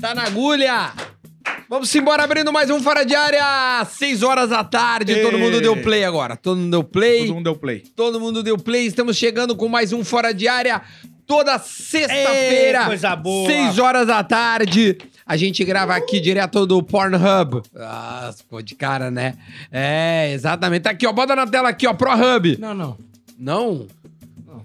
Tá na agulha! Vamos embora abrindo mais um Fora de Área! 6 horas da tarde, todo Ê. mundo deu play agora. Todo mundo deu play. Todo mundo um deu play. Todo mundo deu play, estamos chegando com mais um Fora de Área. Toda sexta-feira, Ei, coisa boa. 6 horas da tarde, a gente grava aqui direto do Pornhub. Ah, pô, de cara, né? É, exatamente. Tá aqui, ó, bota na tela aqui, ó, ProHub. Não, não. Não?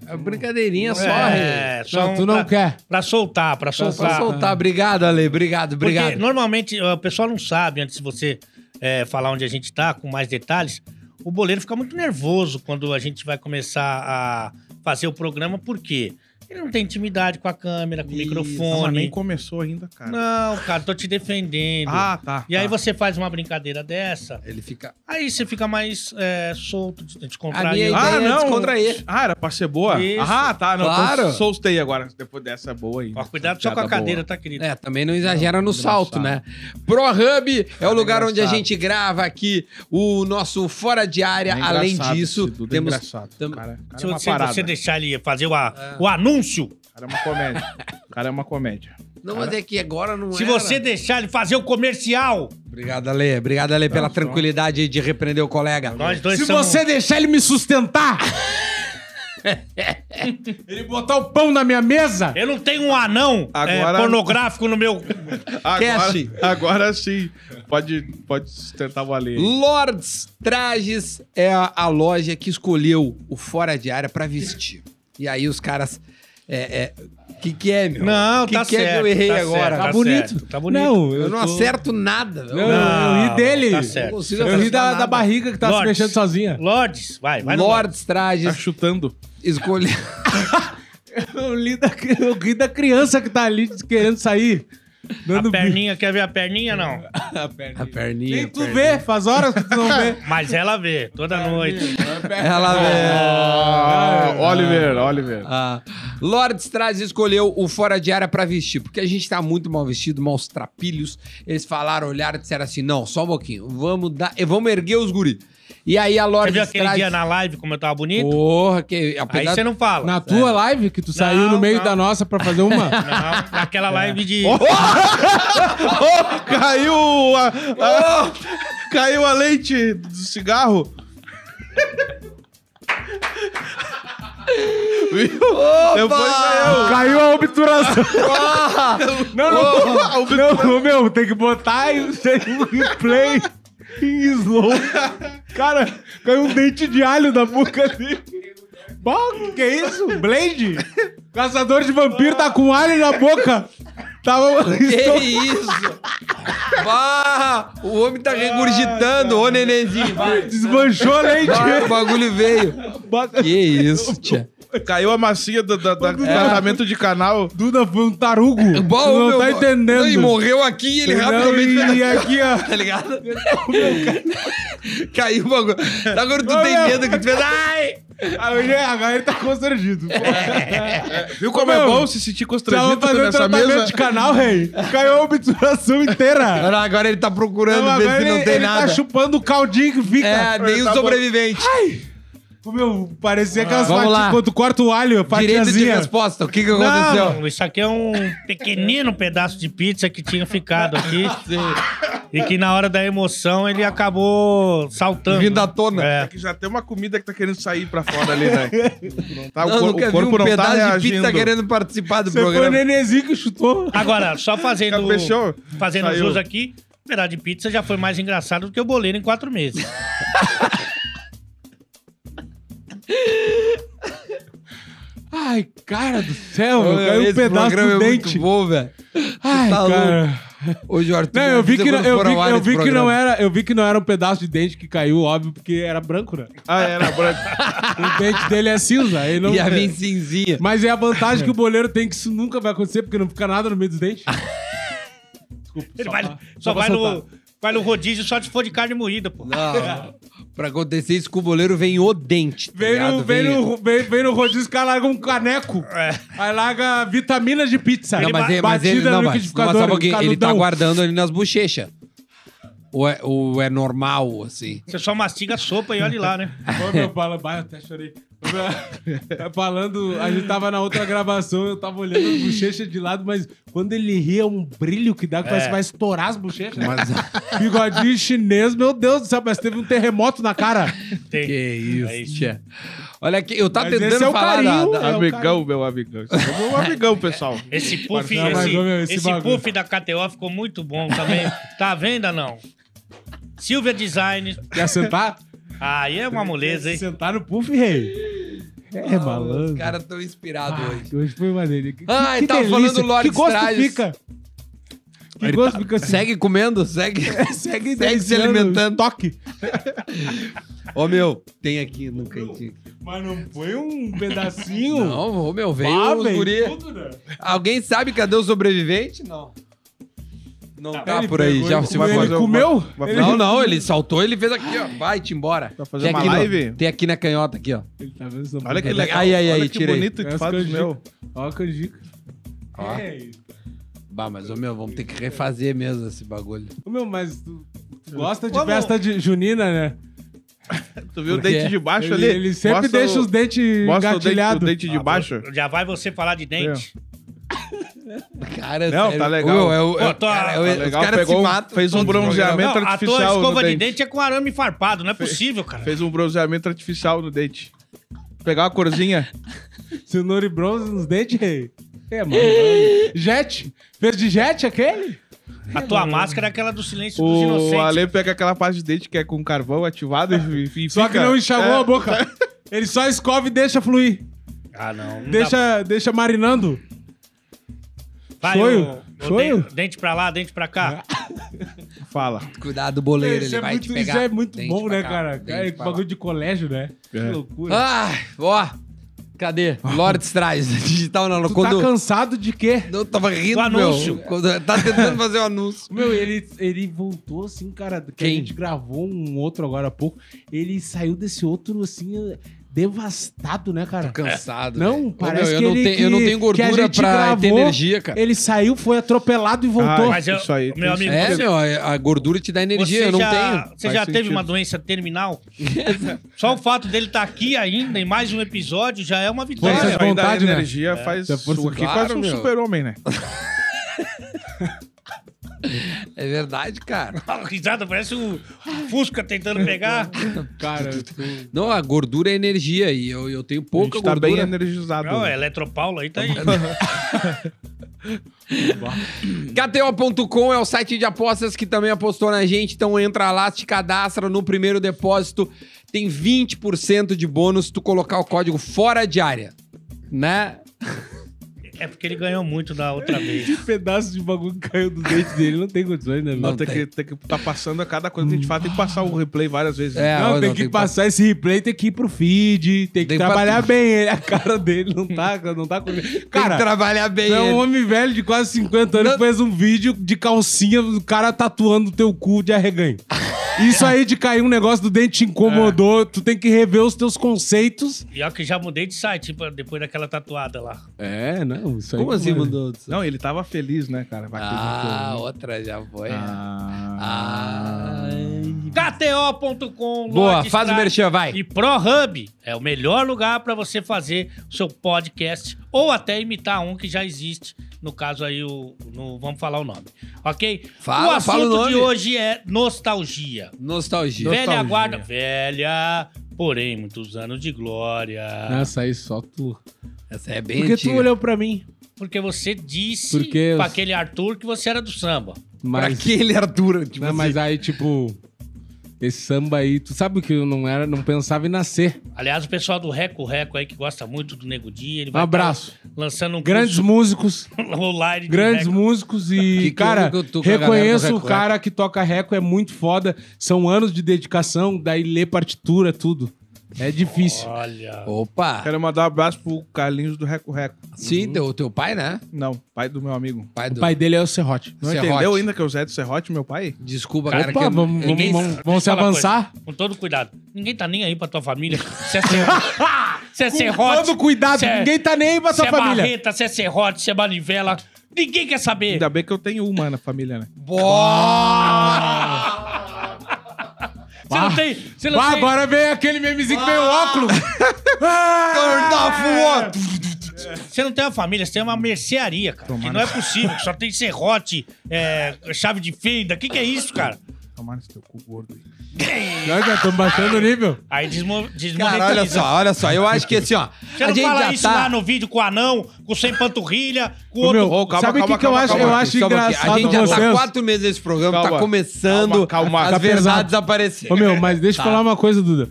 É brincadeirinha só, É, Rê. só Não, um tu não pra- quer. Pra soltar, pra Só pra soltar. soltar. Obrigado, Ale, obrigado, Porque obrigado. normalmente ó, o pessoal não sabe, antes de você é, falar onde a gente tá, com mais detalhes, o boleiro fica muito nervoso quando a gente vai começar a fazer o programa, por quê? Ele não tem intimidade com a câmera, com o Isso. Não, mas microfone. nem começou ainda, cara. Não, cara, tô te defendendo. Ah, tá. e aí tá. você faz uma brincadeira dessa, Ele fica... aí você fica mais é, solto, de A minha descontraído. ideia- Ah, é não. descontrair. Ah, era pra ser boa? Isso. Ah, tá. Não, Claro. então soltei agora, depois dessa boa aí. Ah, Ó, cuidado só com a Piada cadeira, boa. tá, querido? É, também não exagera no engraçado. salto, né? ProHub é o lugar onde a engraçado. gente grava aqui o nosso Fora de Área. É Além engraçado disso, esse Duda, é temos... engraçado. tam- Cara, cara Se é uma você, parada. você deixar ele fazer o, a- o anúncio, Cara, é uma comédia. cara, é uma comédia. Não, mas é que agora não se era. você deixar ele fazer o comercial, Obrigado, Ale. Obrigado, Ale, pela tranquilidade de repreender o colega. nós dois Se somos... você deixar ele me sustentar, ele botar o pão na minha mesa, Eu não tenho um anão Agora- é, pornográfico no meu... Agora, Casting. agora sim. Pode, pode sustentar o Ale. aí. Lords Trajes é a, a loja que escolheu o Fora de Área pra vestir. E aí os caras... É, é, que que é, meu? Não, que tá que é que certo, eu errei tá agora? certo. tá bonito. certo, tá bonito. Não, eu, não tô- acerto nada. velho. Não, eu ri dele. Tá certo. consigo Eu ri da, acertar da nada. barriga que tá se Lorde. mexendo sozinha. Lordes, vai, vai no Lords Tá Trajes chutando. escolheu... Eu, li da, eu ri da criança que tá ali querendo sair. Lordes. Dando A perninha, quer ver a perninha, não? A perninha. Nem tu perninha. vê, faz horas que tu não vê. Mas ela vê, toda noite. Ela vê. Ah, Oliver, Oliver. Ah, Lord Straz escolheu o fora de área pra vestir, porque a gente tá muito mal vestido, maus trapilhos. Eles falaram, olharam e disseram assim: não, só um pouquinho, vamos dar, eh, vamos erguer os guri. E aí a Você Lord viu aquele Straz- dia na live como eu tava bonito? Porra, que Aí apesar você não fala. Na tua live, que tu saiu no meio não. da nossa pra fazer uma. Não, naquela live de... Oh, caiu a, a- Oh! caiu a leite do cigarro. Viu? Depois saiu. Caiu a obturação. não, não, Opa, o bico- Não, meu, tem que botar e tem um replay em slow. Cara, caiu um dente de alho da boca dele. Bom, que isso? Blade? Caçador de vampiro tá com alho na boca. Tá, Tava. Que isso? Bah, o homem Ah, tá regurgitando, ô nenenzinho. vai. Desmanchou a leite. Bah, o bagulho veio. Que isso, tia. Caiu a macia do, do, do É. tratamento de canal. Duda foi um tarugo. Tu Bah, o não meu- tá entendendo. E morreu aqui e ele Não, rapidamente. e, aqui, ó. tá ligado? Caiu o bagulho. Agora tu tem meu. medo que tu ah, fez. Ai! Aí, Agora ele tá constrangido. Viu como é Meu, bom se sentir Tava constrangido fazendo nessa tratamento mesa? de canal, rei. Caiu a obturação inteira. Agora, agora ele tá procurando Não, ver agora se não ele- tem ele nada. tá chupando o caldinho que fica. é, nem Ele o tá sobrevivente. botando- Meu, parecia aquelas Vamos fatias, lá. quando corta o alho, Direito de fatiazinha. resposta. O que que aconteceu? Não, isso aqui é um pequenino pedaço de pizza que tinha ficado aqui. e que na hora da emoção ele acabou saltando. Vindo à tona. É. É que já tem uma comida que tá querendo sair pra fora ali, né? Não tá- Eu cor- nunca vi um pedaço de pizza querendo participar do Você foi o programa. nenenzinho que chutou. Agora, só fazendo. Caprichou? Fazendo Saiu. jus aqui, o pedaço de pizza já foi mais engraçado do que o boleiro em quatro meses. Ai, cara do céu, meu, Esse caiu um pedaço programa do é dente. Muito bom, velho. Ai, Tá louco. cara. Hoje o Arthur. Não, me eu vi avisa que, não, quando eu for vi, ao ar eu esse vi que não programa. era, eu vi que não era um pedaço de dente que caiu, óbvio, porque era branco, né? Ah, era branco. O dente dele é cinza, ele não. E a Vincinzinha. Mas é a vantagem que o boleiro tem que isso nunca vai acontecer, porque não fica nada no meio dos dentes. Ah, Ele vai, pra- só só pra vai no, soltar. vai no rodízio só se for de carne moída, pô. Não. Pra acontecer isso com o goleiro vem o dente. tá Vem no, ligado? vem, no, vem, vem no rodízio, os caras largam um caneco. Aí larga vitaminas de pizza. Não, mas, É. ele- mas ele não, mas, mas só um pouquinho, ele tá canudão. guardando ali nas bochechas. Ou é, ou é normal, assim? Você só mastiga a sopa e olha lá, né? Ô, meu bala, bah, eu até chorei. Tá Falando, a gente tava na outra gravação, eu tava olhando as bochechas de lado, mas quando ele ri é um brilho que dá que É. parece que vai estourar as bochechas. Bigodinho chinês, meu Deus do céu, mas teve um terremoto na cara. Tem. Que isso, É isso. tia. Olha aqui, eu tava Mas tentando esse é o falar da- carinho, da- é o amigão, meu amigão. Esse é meu amigão, pessoal. Esse puff, Não, mas, esse, ô, meu, esse esse bagulho. puff da KTO ficou muito bom também. tá à venda, não? Silvia Design. Quer sentar? Aí é uma moleza, hein? Sentar no puff, rei. É, Ah, malandro. Os caras tão inspirados Ah, hoje. que hoje foi maneiro. Que, Ah, tá e tava falando do Lawrence Que gosto Strauss. fica? Que tá gosto fica assim? Segue comendo, segue. Segue, Segue se deliciando. alimentando. Toque. Ô meu, tem aqui no cantinho. Mas não põe um pedacinho. Não, ô meu, veio Pá, os velho, guri. tudo, né? Alguém sabe cadê o sobrevivente? Não. Não Ah, tá Ele por aí, pegou, já ele se vai comeu, fazer. Ele alguma- comeu? Vai- Ele- Não, não, ele saltou, ele fez aqui, ó. Vai-te embora. Pra fazer tem Tá uma aqui no- live? tem aqui na canhota, aqui, ó. Ele tá vendo essa Olha que Aí, legal. aí, aí, Olha que tirei. bonito que Essa fato canjica. meu. Ó, a canjica. Ó. É. Bah, mas, ô meu, vamos ter que refazer mesmo esse bagulho. Ô, Meu, mas tu, tu gosta de Ô, meu. festa de junina, né? Tu viu o Porque dente de baixo Ele, ali? ele sempre Mostra deixa o- os dentes Mostra o dente, o engatilhados. dente de baixo. Já vai você falar de dente. Cara, Não, sério. tá legal. Ô, meu, é eu- eu- Pô, tá- cara, eu- tá os legal, caras pegou se um- matam. fez um todo programa. bronzeamento. Aumento Não, a tua artificial no escova de dente. dente é com arame farpado. Não é possível, cara. Fez um bronzeamento artificial no dente. Pegar uma corzinha. Cenoura e bronze nos dentes, rei. É, mano. jet? Fez de jet aquele? A tua máscara é aquela do silêncio dos O inocentes. Ale pega aquela parte de dente que é com carvão ativado e, e Só fica- que não enxagou É. a boca. Ele só escove e deixa fluir. Ah, não. não dá- Deixa, deixa marinando. Vai, Sonho? o- o Sonho? Dente, dente pra lá, dente pra cá. Fala. Cuidado, boleiro, isso, ele é vai te muito, pegar. isso é muito Dente bom, pra né, cá, cara? dente cara que pra lá. bagulho de colégio, né? Que É. loucura. Ah, ó. Cadê? Lords traz. Digital na tu quando tá cansado de quê? Eu tava rindo, Do meu. anúncio. Quando- Tá tentando fazer o anúncio. Meu, ele, ele voltou assim, cara. Que Quem? A gente gravou um outro agora há pouco. Ele saiu desse outro assim, devastado, né, cara? Cansado. Não, velho. Ô, meu, parece eu que não ele- tenho, Eu que- não tenho que a gordura gente pra ter gravou. energia, cara. Ele saiu, foi atropelado e voltou. Ai, Mas Mas eu, Isso aí, meu tem amigo, É, você, meu, a a gordura te dá energia, você eu não já, tenho. você Faz já teve sentido. uma doença terminal? Só o fato dele estar aqui ainda, em mais um episódio, já é uma vitória. Força de vai dar vontade, né? energia, faz Isso é força o que claro, quase um meu. super-homem, né? É verdade, cara. A risada parece o Fusca tentando pegar. cara, tu- Não, a gordura é energia e eu, eu tenho A pouca gente tá bem gordura. energizado. Não, é Eletropaulo aí tá aí. KTO.com é o site de apostas que também apostou na gente, então entra lá, te cadastra no primeiro depósito, tem 20% de bônus se tu colocar o código fora de área, né? É porque ele ganhou muito da outra vez. que pedaço de bagulho que caiu do dente dele. Não tem condições, né? meu? Não Não, tem, tem. que, tem que tá passando a cada coisa que a gente fala, tem que passar o replay várias vezes. É, Não, ó, tem que passar. passar esse replay, tem que ir pro feed, tem que Tem que trabalhar bem ele. A cara dele não tá, não tá com. tem Cara, que trabalhar bem. é um ele. homem velho de quase 50 anos Não. que fez um vídeo de calcinha, o cara tatuando o teu cu de arreganho. Isso aí de cair um negócio do dente te É. incomodou, tu tem que rever os teus conceitos. E ó que já mudei de site pra- depois daquela tatuada lá. É, não, isso Como assim mudou? Não, ele tava feliz, né, cara? Vai Ah, outra já foi. Ah. Ah. KTO.com Boa, Lodge faz o Strike merchan, vai. E ProHub é o melhor lugar para você fazer o seu podcast ou até imitar um que já existe. No caso aí, o, no, vamos falar o nome. Ok? o Fala, assunto fala o nome. de hoje é nostalgia. Nostalgia. Velha guarda. Velha, porém, muitos anos de glória. É. Nossa, aí só tu. Essa é Ah. bem Porque tu antiga. olhou pra mim. Porque você disse Porque pra eu- aquele Arthur que você era do samba. Pra Mas aquele Arthur. Tipo Não, mas assim. aí, tipo, esse samba aí, tu sabe que eu não era, não pensava em nascer. Aliás, o pessoal do Reco Reco aí que gosta muito do Nego Dia, ele Um vai abraço. tá lançando um Grandes músicos, curso online de grandes Reco. músicos Que e, que cara, eu tô com a galera do reconheço Reco o cara que toca reco, é muito foda. São anos de dedicação, daí ler partitura, tudo. É difícil. Olha. Opa. Quero mandar um abraço pro Carlinhos do Reco Reco. Sim, teu, teu pai, né? Não, pai do meu amigo. Pai O do... pai dele é o Serrote. Não Serrote. entendeu ainda que é o Zé do Serrote, meu pai? Desculpa, cara. Opa, que eu- vamos- eu- vamos- Deixa vão eu se falar uma avançar? coisa, com todo cuidado. Ninguém tá nem aí pra tua família. Se é serrote, se é serrote, Todo cuidado, se é- ninguém tá nem aí pra se tua é família. barreta, se é serrote, se é manivela. Ninguém quer saber. Ainda bem que eu tenho uma na família, né? Boa! Você não tem. Você não Ah, tem... agora vem aquele memezinho que veio o Ah. óculos. Ah! Turn off Você não tem uma família, você tem uma mercearia, cara. Tomara. Que não é possível, que só tem serrote, é, chave de fenda. O que, que é isso, cara? Tomara esse teu cu gordo aí. Nós já estamos baixando o nível. Aí desmo, desmonetiza. Cara, olha só, olha só. Eu acho que assim, ó. Você a não gente fala já isso tá... lá no vídeo com o anão, com o sem panturrilha, com o Ô, outro. meu, Ô, calma, sabe o que, calma, que eu calma, acho? calma eu aqui, acho Calma aqui, engraçado A gente já tá vocês. quatro meses nesse programa, Calma, tá começando calma, calma, as tá verdades pesado. aparecendo. Ô, meu, mas Tá. deixa eu falar uma coisa, Duda.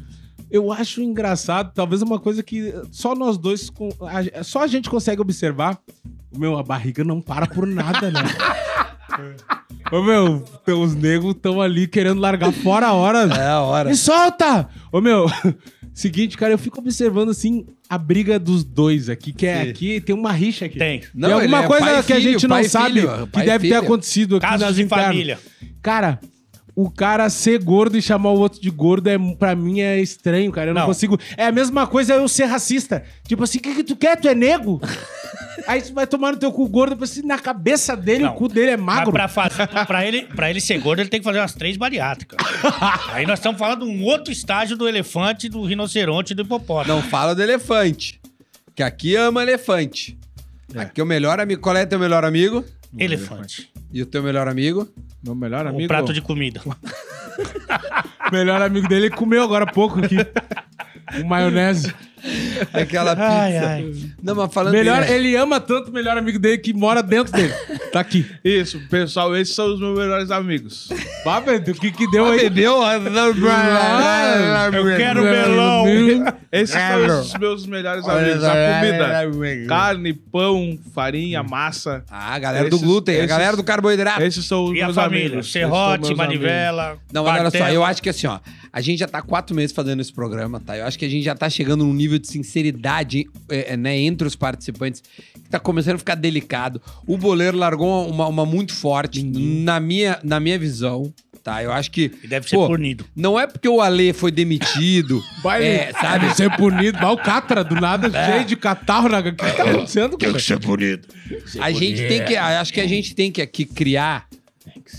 Eu acho engraçado, talvez uma coisa que só nós dois, com- a- só a gente consegue observar. Meu, a barriga não para por nada, né? Ô, meu, então os negros estão ali querendo largar fora a hora. É a hora. Me solta! Ô, meu, seguinte, cara, eu fico observando, assim, a briga dos dois aqui, que é Sim. aqui, tem uma rixa aqui. Tem. Não, Tem alguma ele é coisa pai e que a filho, gente não pai e sabe filho, que pai e deve ter filho. acontecido aqui Casos nas de internas. família. Cara, o cara ser gordo e chamar o outro de gordo é para mim é estranho, cara. Eu não, Não. consigo. É a mesma coisa eu ser racista. Tipo assim, o que, que tu quer? Tu é nego? Aí tu vai tomar no teu cu gordo, tipo assim, na cabeça dele, Não. o cu dele é Mas magro. pra, fazer, pra, ele, pra ele ser gordo, ele tem que fazer umas três bariátricas. Aí nós estamos falando de um outro estágio do elefante, do rinoceronte e do hipopótamo. Não fala do elefante. Que aqui ama elefante. Aqui é o melhor amigo. Qual é teu melhor amigo? elefante. E o teu melhor amigo? Meu melhor Um prato de comida. melhor amigo dele comeu agora há pouco aqui. Um maionese. É Aquela pizza. Ai, ai. Não, mas falando Melhor, dele- ele ama tanto o melhor amigo dele que mora dentro dele. Tá aqui. Isso, pessoal, esses são os meus melhores amigos. Vá, Pedro, o que que deu aí? Bebeu? Eu quero melão. Esses são os meus melhores amigos. A comida, carne, pão, farinha, massa. Ah, a galera do Esses- glúten, a esses- galera do carboidrato. Esses são os E a meus família? amigos. Esses são meus Serrote, amigos. manivela. Não, mas olha só, Bartela. eu acho que assim, ó, a gente já tá quatro meses fazendo esse programa, tá? Eu acho que a gente já tá chegando num nível de sinceridade, eh, eh, né, entre os participantes, que tá começando a ficar delicado. O boleiro largou uma, uma muito forte, na minha, na minha visão, tá? Eu acho que. E deve ser pô, punido. Não é porque o Ale foi demitido, Vai é, sabe? É. ser punido. Vai o Catra, do nada, cheio de catarro. Na... O que tá acontecendo, cara? A gente tem que. Acho que a gente tem que aqui criar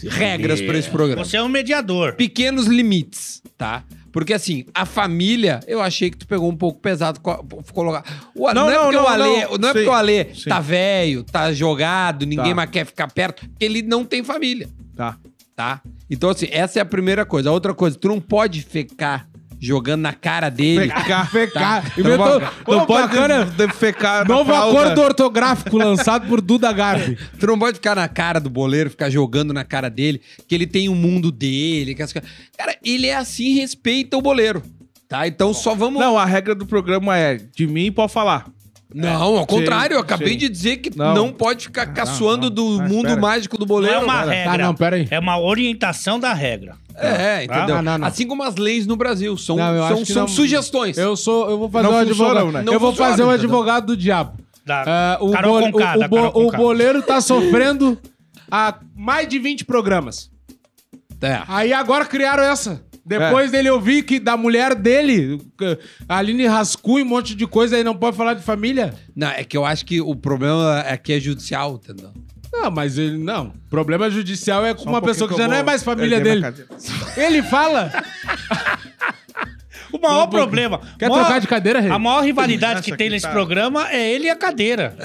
regras pra esse programa. Você é um mediador. pequenos limites, tá? Porque assim, a família, eu achei que tu pegou um pouco pesado co- colocar. O, não, Não, é não, porque o não, Alê, não, não. é porque Sim, o Alê sim. tá velho, tá jogado, ninguém Tá. mais quer ficar perto, porque ele não tem família, Tá. tá? Então assim, essa é a primeira coisa. A outra coisa, tu não pode ficar jogando na cara dele. Fecar. Então, Inventou. Ô, Tá. Não pode bacana. defecar na Novo fralda. né? acordo ortográfico lançado por Duda Garbi. Tu não pode ficar na cara do boleiro, ficar jogando na cara dele, que ele tem o mundo dele. Que as... coisas- Cara, ele é assim, respeita o boleiro. Tá? Então só vamos. Não, a regra do programa é de mim pode falar. É. Não, ao Sim, contrário, eu acabei sim. de dizer que não, Não. pode ficar caçoando não. do Ah, mundo espera. mágico do Não é boleiro. uma regra. Ah, não, pera aí. É uma orientação da regra. É, entendeu? Ah, não, não. Assim como as leis no Brasil, são, Não, eu são, acho que são não- sugestões. Eu sou. Eu vou fazer Não um funciona, advogado. né? Não Eu vou funciona, fazer um entendeu? advogado do diabo. Da Ah, o, Carol bol- Conká, o, da bo- Carol o Conká. boleiro tá sofrendo há mais de 20 programas. É. Aí agora criaram essa. Depois dele eu vi que da mulher dele, a Aline rascunha um monte de coisa aí, não pode falar de família. Não, é que eu acho que o problema é que é judicial, entendeu? Não, Ah, mas ele não. Problema judicial é com Só um uma pessoa pouquinho que que já eu não é vou mais família erguer dele. minha Ele fala. O maior problema. Quer maior- trocar de cadeira, Rei? A maior rivalidade Essa que tem aqui nesse tá- programa é ele e a cadeira.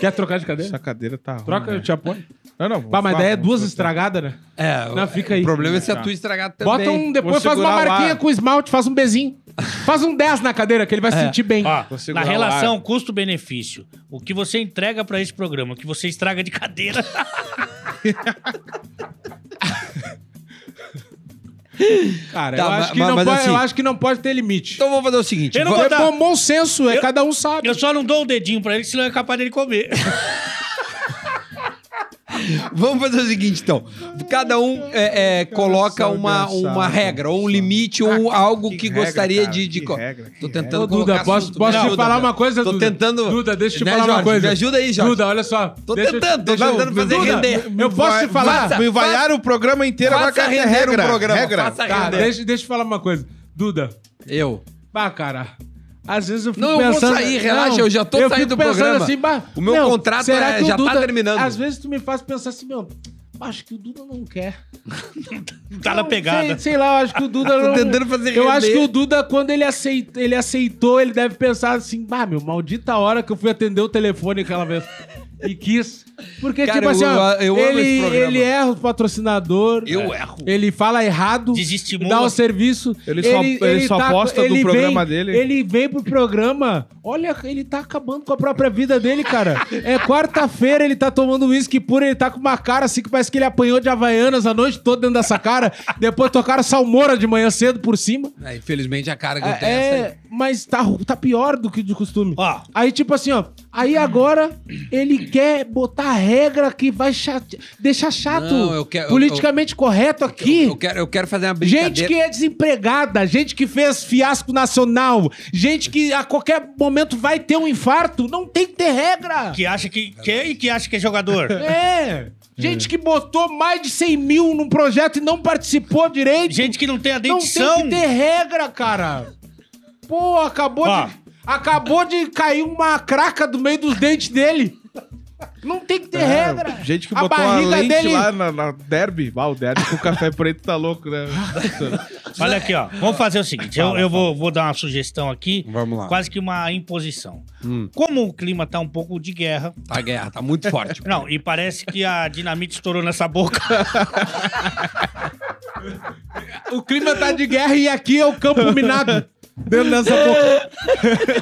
Quer trocar de cadeira? Essa cadeira tá ruim. Troca, eu te apoio. Não, não. vou Pá, mas falar, daí é vou duas trocar. estragadas, né? É, Não, fica aí. o problema é se a Tá. tua estragada também. Bota um, Vou depois faz uma segurar o marquinha ar. com esmalte, faz um bezinho. Faz um 10 na cadeira, que ele vai É. se sentir bem. Ó, Vou na segurar o relação custo-benefício, o que você entrega pra esse programa, o que você estraga de cadeira. Cara, Tá, eu, mas- acho que mas- não mas pode, assim- eu acho que não pode ter limite. Então vamos fazer o seguinte. Eu não va- vou É dar- bom, bom senso, é cada um sabe. Eu só não dou o dedinho pra ele, senão é capaz dele comer. Vamos fazer o seguinte, então. Cada um é, é, coloca sou uma, engraçado, uma regra, ou um limite, ou algo que, Ah, que regra, gostaria cara, de... de que co- regra, que Tô Ô, tentando Duda, colocar posso, assunto, posso né, te Duda? falar uma coisa, Tô Duda? tentando... Duda, deixa eu te Né, falar uma Jorge? coisa. Me ajuda aí, Jorge. Duda, olha só. Tô Deixa eu- tentando, tô deixa eu- tentando fazer Duda, render. Eu posso te falar? Faça- Me vaiaram o um programa inteiro, agora Faça quer ter render o regra. programa, regra. faça Tá, render. deixa, deixa eu falar uma coisa. Duda, Eu. bah, cara. Às vezes eu fico Não, eu vou pensando... sair, relaxa, eu já tô eu saindo do fico pensando programa. Assim, bah, O meu contrato será é- que o já tá terminando. Às vezes tu me faz pensar assim, meu... acho que o Duda não quer. Tá na Não, pegada. Sei, sei lá, eu acho que o Duda Tô não... tentando fazer Eu render. acho que o Duda, quando ele aceitou, ele aceitou, ele deve pensar assim, bah, meu, maldita hora que eu fui atender o telefone aquela vez. E quis. Porque, Cara, tipo assim, eu- ó, eu amo esse ele, programa. ele erra o patrocinador. Eu erro. Ele fala errado. Desestimula. Dá o serviço. Ele só- ele só aposta do tá vem- programa dele. Ele vem pro programa. Olha, ele tá acabando com a própria vida dele, cara. É quarta-feira, ele tá tomando uísque puro, ele tá com uma cara assim que parece que ele apanhou de Havaianas a noite toda dentro dessa cara. Depois tocaram salmoura de manhã cedo por cima. É, infelizmente a cara que eu tenho é essa aí. É, mas tá, ru- tá pior do que de costume. Ó. Aí, tipo assim, ó. Aí agora ele quer botar a regra que vai chate... deixar chato. Não, eu quero- eu- politicamente correto aqui. Eu, eu quero, eu quero fazer uma brincadeira. Gente que é desempregada, gente que fez fiasco nacional, gente que a qualquer momento vai ter um infarto, não tem que ter regra. Que acha que, que é e que acha que é jogador. É. Gente que botou mais de 100 mil num projeto e não participou direito. Gente que não tem a não dentição. tem que ter regra, cara. Pô, acabou Ó. de. Acabou de cair uma craca do meio dos dentes dele. Não tem que ter regra. É, Gente que a botou a barriga lente dele. lá na, na derby. Ah, o derby com o café preto tá louco, né? Olha aqui, ó. Vamos fazer o seguinte: eu, eu vou, vou dar uma sugestão aqui. Vamos lá. Hum. Quase que uma imposição. Como o clima tá um pouco de guerra. Tá guerra, tá muito forte. Não, e parece que a dinamite estourou nessa boca. O clima tá de guerra e aqui é o campo minado. Dentro dessa porra.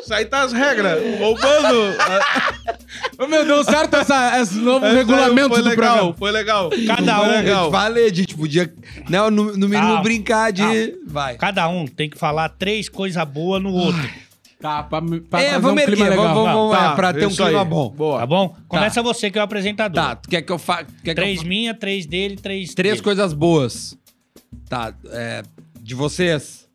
Isso aí tá as regras. Roubando. Ah, Ô, meu, deu certo essa, esse novo regulamento foi do legal, programa. Foi legal. Cada Foi um- Eu legal. te falei, a gente podia. Não, no, no mínimo Ah, Calma, brincar de. calma. Vai. Cada um tem que falar três coisas boas no outro. Tá, pra, me- pra É, fazer vamos um clima erguer, legal. vamos, vamos, Tá, é, pra ter um isso clima aí. bom. Boa. Tá bom? Começa você que é o apresentador. Tá, tu quer que eu faça. Três minha, três dele, três. Três dele. coisas boas. Tá, é, de vocês,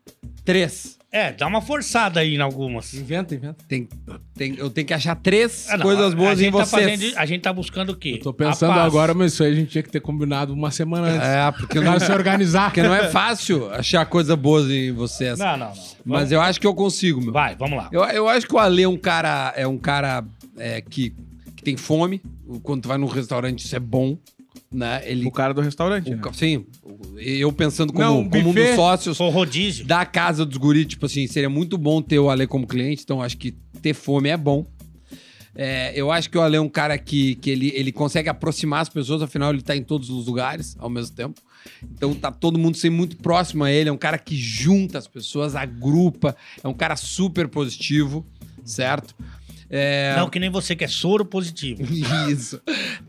três. É, dá uma forçada aí em algumas. Inventa, inventa. Tem, tem, eu tenho que achar três Ah, não, coisas boas a em gente tá vocês. fazendo- a gente tá buscando o quê? Tô pensando A paz. agora, mas isso aí a gente tinha que ter combinado uma semana antes. É, porque não, Pra se organizar. né? porque não é fácil achar coisas boas em vocês. Não, não, não. Mas eu acho que eu consigo, meu. Vai, vamos lá. Eu, eu acho que o Ale é um cara, é um cara é, que, que tem fome. Quando tu vai num restaurante, isso é bom. Né? Ele, O cara do restaurante. né? o- sim, eu pensando como, Não, um como um dos buffet. sócios Sou rodízio. da casa dos guris, tipo assim, seria muito bom ter o Ale como cliente, então acho que ter fome é bom. É, eu acho que o Ale é um cara que, que ele, ele consegue aproximar as pessoas, afinal ele tá em todos os lugares ao mesmo tempo. Então tá todo mundo sempre muito próximo a ele, é um cara que junta as pessoas, agrupa, é um cara super positivo, certo? É, Não, que nem você que é soro positivo. isso.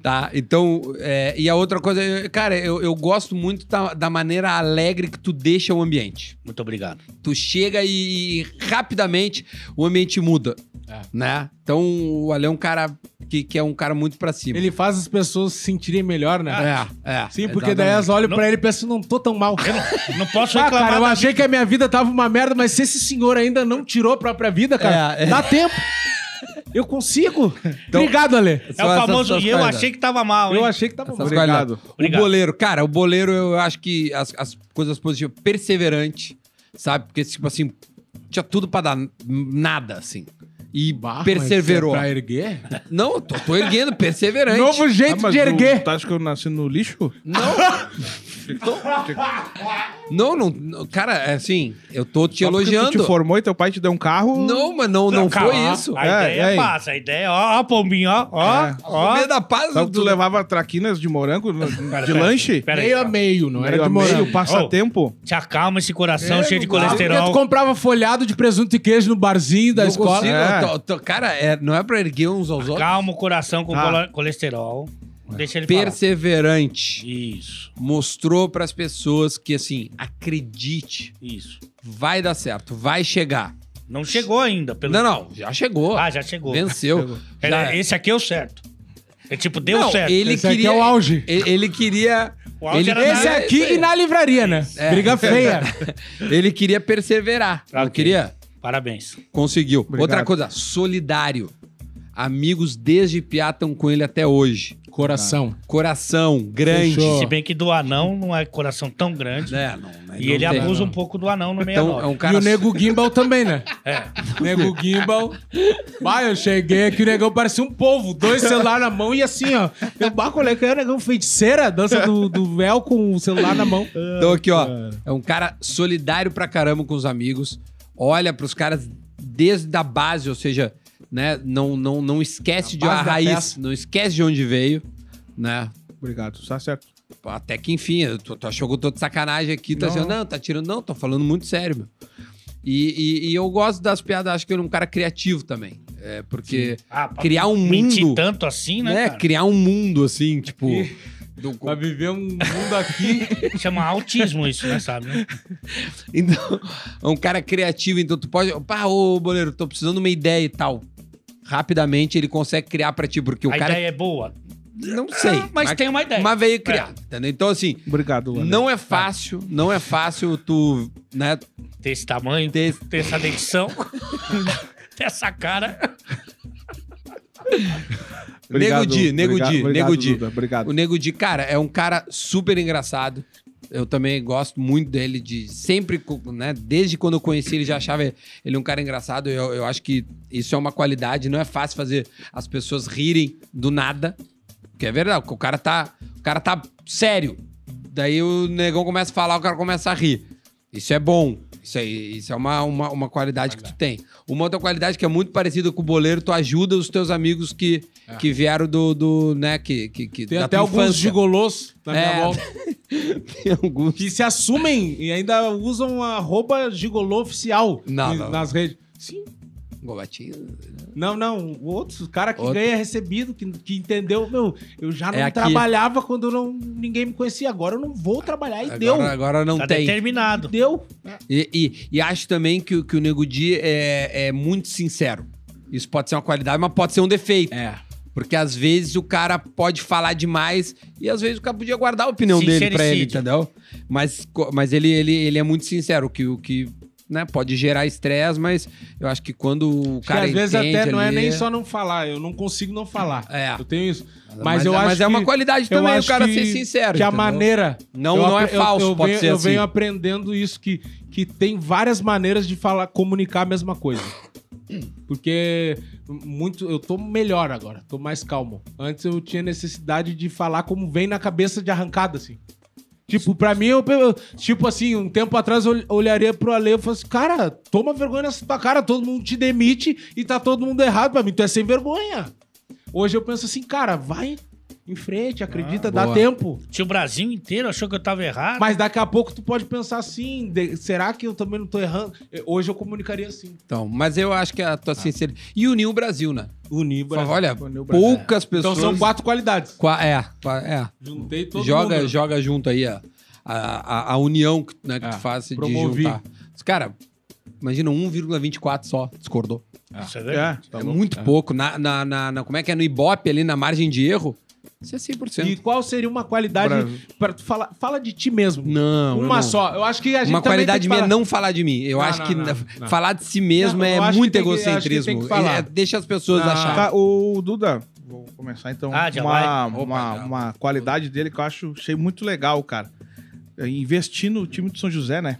Tá? Então, é, e a outra coisa, eu- cara, eu, eu gosto muito da, da maneira alegre que tu deixa o ambiente. Muito obrigado. Tu chega e rapidamente o ambiente muda, É. né? Então o Ale é um cara que, que é um cara muito pra cima. Ele faz as pessoas se sentirem melhor, né? É, é. Sim, porque daí elas olham pra ele e pensam, não tô tão mal. Não posso Ah, reclamar. cara, eu da- achei que a minha vida tava uma merda, mas se esse senhor ainda não tirou a própria vida, cara, É, é. dá tempo. Eu consigo. Então- Obrigado, Ale. É o famoso. E eu achei que tava mal, hein? Eu achei que tava bom. Obrigado. O Obrigado. boleiro, cara, o boleiro eu acho que as, as coisas positivas, perseverante, sabe? Porque, tipo assim, tinha tudo pra dar n- nada, assim. E Bah, perseverou. mas é Pra erguer? Não, eu tô, tô erguendo, perseverante. Novo Ah, jeito mas de o- erguer. Tu acha que eu nasci no lixo? Não, não, não, cara, assim, eu tô te Só porque elogiando. Tu te formou e teu pai te deu um carro. Não, mas não, não, Calma, foi isso. A É, ideia e aí? é fácil. A ideia é, ó, ó, pombinho, ó, ó, É. No ó. meio da paz, Sabe que tu do- levava traquinas de morango no- Pera, de pera, lanche? Pera aí, meio a calma. meio, não era Meio de a morango. meio, Oh. passatempo. Te acalma esse coração cheio de Ah, porque colesterol. tu comprava folhado de presunto e queijo no barzinho da não escola. consigo, É. eu tô- tô- cara, é, não é pra erguer uns aos outros. Calma o coração com Ah. colo- colesterol. Deixa ele falar. Perseverante. Isso, Mostrou pras pessoas que, assim, acredite, isso. vai dar certo, vai chegar. Não chegou ainda. Pelo... Não, não, já chegou. Ah, já chegou. Venceu. É, Já- Esse aqui é o certo. É tipo, deu Não, certo. Ele Esse aqui queria. é o auge. Ele, ele queria. O auge ele, era Esse Ah, aqui e na livraria, né? É. Briga feia. ele queria perseverar. Não Ok. queria? Parabéns. Conseguiu. Obrigado. Outra coisa, solidário. Amigos desde piá estão com ele até hoje. Coração. Coração grande. Fechou. Se bem que do anão não é coração tão grande. É, não, não E ele tem, abusa não. um pouco do anão no meio Então, é um cara E o Nego Gimbal também, né? Nego Gimbal. Vai, eu cheguei aqui, o negão parecia um povo. Dois celulares na mão e assim, ó. Eu bacolei que é o negão feiticeira, dança do, do véu com o celular na mão. Então aqui, ó, é um cara solidário pra caramba com os amigos, olha pros caras desde a base, ou seja, né, não, não, não esquece A de a base da raiz, peça. não esquece de onde veio, né? Obrigado, tá certo. Até que enfim, tu, tu achou que eu tô de sacanagem aqui, tá dizendo, não, tá tirando, não, tô falando muito sério, meu. E, e- e eu gosto das piadas, acho que ele é um cara criativo também. É, porque Ah, pra criar um mentir mundo. tanto assim, né? né, cara? criar um mundo, assim, tipo. do- Vai viver um mundo aqui. Chama é um autismo isso, né? Sabe? né? Então, é um cara criativo, então tu pode. Pá, ô boleiro, tô precisando de uma ideia e tal. Rapidamente ele consegue criar pra ti, porque o a cara. ideia é boa. Não sei. Ah, mas tem uma ideia. É. né? Mas veio criar, entendeu? Então, assim, Obrigado, Ale. Tá. não é fácil, não é fácil tu, né? Ter esse tamanho, Ter- ter essa dentição, ter essa cara. Nego Di, Nego obrigado, Di, obrigado, Nego Di. Duda, Obrigado. O Nego de, cara, é um cara super engraçado. Eu também gosto muito dele, de sempre, co- né? Desde quando eu conheci ele, já achava ele um cara engraçado. Eu, eu acho que isso é uma qualidade. Não é fácil fazer as pessoas rirem do nada. Porque é verdade, porque o cara tá. O cara tá sério. Daí o negão começa a falar, o cara começa a rir. Isso é bom. Isso, aí, isso é uma, uma, uma qualidade que tu tem. Uma outra qualidade que é muito parecida com o boleiro, tu ajuda os teus amigos que, que vieram do, do. né, que. que, que Tem da até tua alguns infância. gigolos na minha É. volta. Tem alguns. Que se assumem e ainda usam a arroba gigolô oficial Não, em- não. nas redes. Sim. Gobatinho. Não, não. O outro, o cara que Outro. ganha é recebido, que, que entendeu, meu, eu já não É aqui. trabalhava quando eu não, ninguém me conhecia. Agora eu não vou trabalhar e deu. Agora, agora não tá tem. determinado. Deu. E, e- e acho também que, o- que o Nego Di é, é muito sincero. Isso pode ser uma qualidade, mas pode ser um defeito. É. Porque às vezes o cara pode falar demais e às vezes o cara podia guardar a opinião dele pra ele, Sincericídio. entendeu? Mas, co- mas ele, ele, ele é muito sincero, o que, o que né, pode gerar estresse, mas eu acho que quando o Porque cara às vezes entende até não é ali- nem só não falar, eu não consigo não falar. É. Eu tenho isso. Mas, Mas, eu é- acho mas é uma que- qualidade eu também o acho cara ser que- sincero. Que a entendeu? maneira. Não- não é apre- falso, eu, pode venho, ser Eu assim. venho aprendendo isso, que, que tem várias maneiras de falar, comunicar a mesma coisa. Porque muito, eu tô melhor agora, tô mais calmo. Antes eu tinha necessidade de falar como vem na cabeça de arrancada, assim. Tipo, pra mim, eu, eu- tipo assim, um tempo atrás eu olharia pro Ale e falasse, cara, toma vergonha nessa tua cara, todo mundo te demite e tá todo mundo errado pra mim, tu é sem vergonha. Hoje eu penso assim, cara, vai em frente, acredita, dá boa. tempo. Se o Brasil inteiro achou que eu tava errado, Mas daqui a pouco tu pode pensar assim, de- será que eu também não tô errando? Eh, Hoje eu comunicaria assim. Então, mas eu acho que a tua sinceridade. E unir o Brasil, né? Unir, Fala, Olha, Unir Ah. o Brasil. poucas Então pessoas. são quatro qualidades. Qua- É, qua- é. Juntei todo joga, mundo. joga junto aí a, a, a- a união que, né, que É, tu faz de promovi. juntar. Os Cara, imagina 1,24 só discordou. isso é É, verdade. tá é louco. muito pouco. Na, na, na- na- como é que é? No Ibope ali, na margem de erro, isso é E 100%. qual seria uma qualidade Brasil. para tu falar? Fala de ti mesmo. Não, eu uma não. só. Eu acho que a gente Uma também qualidade tem minha é que falar. não falar de mim. Eu Não, acho não, que não, na- não. falar de si mesmo Não, eu é acho muito que tem que- acho que tem que egocentrismo. falar. É, deixa as pessoas Não. acharem. Tá, o Duda, vou começar então. Ah, já uma, vai? uma, Opa, já. uma qualidade dele que eu acho, achei muito legal, cara. É investir no time do São José, né?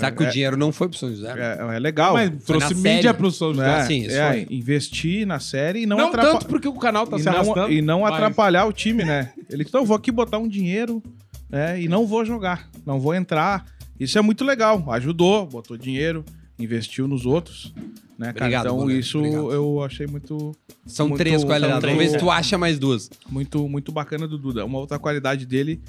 Sabe É. que o dinheiro não foi pro São José? É, é legal. Mas Foi trouxe na mídia série. pro São José. é, assim, isso é, foi. investir na série e não, Não, atrapa- tanto porque o canal tá e se não, arrastando. e não mas- atrapalhar o time, né? Ele, então, vou aqui botar um dinheiro né, e não vou jogar, não vou entrar. Isso é muito legal. Ajudou, botou dinheiro, investiu nos outros. Né, cara? Obrigado, então, Boleiro, isso obrigado. eu achei muito, São Muito- três qualidades. são Vamos ver três, se tu acha mais duas. muito, muito bacana do Duda. Uma outra qualidade dele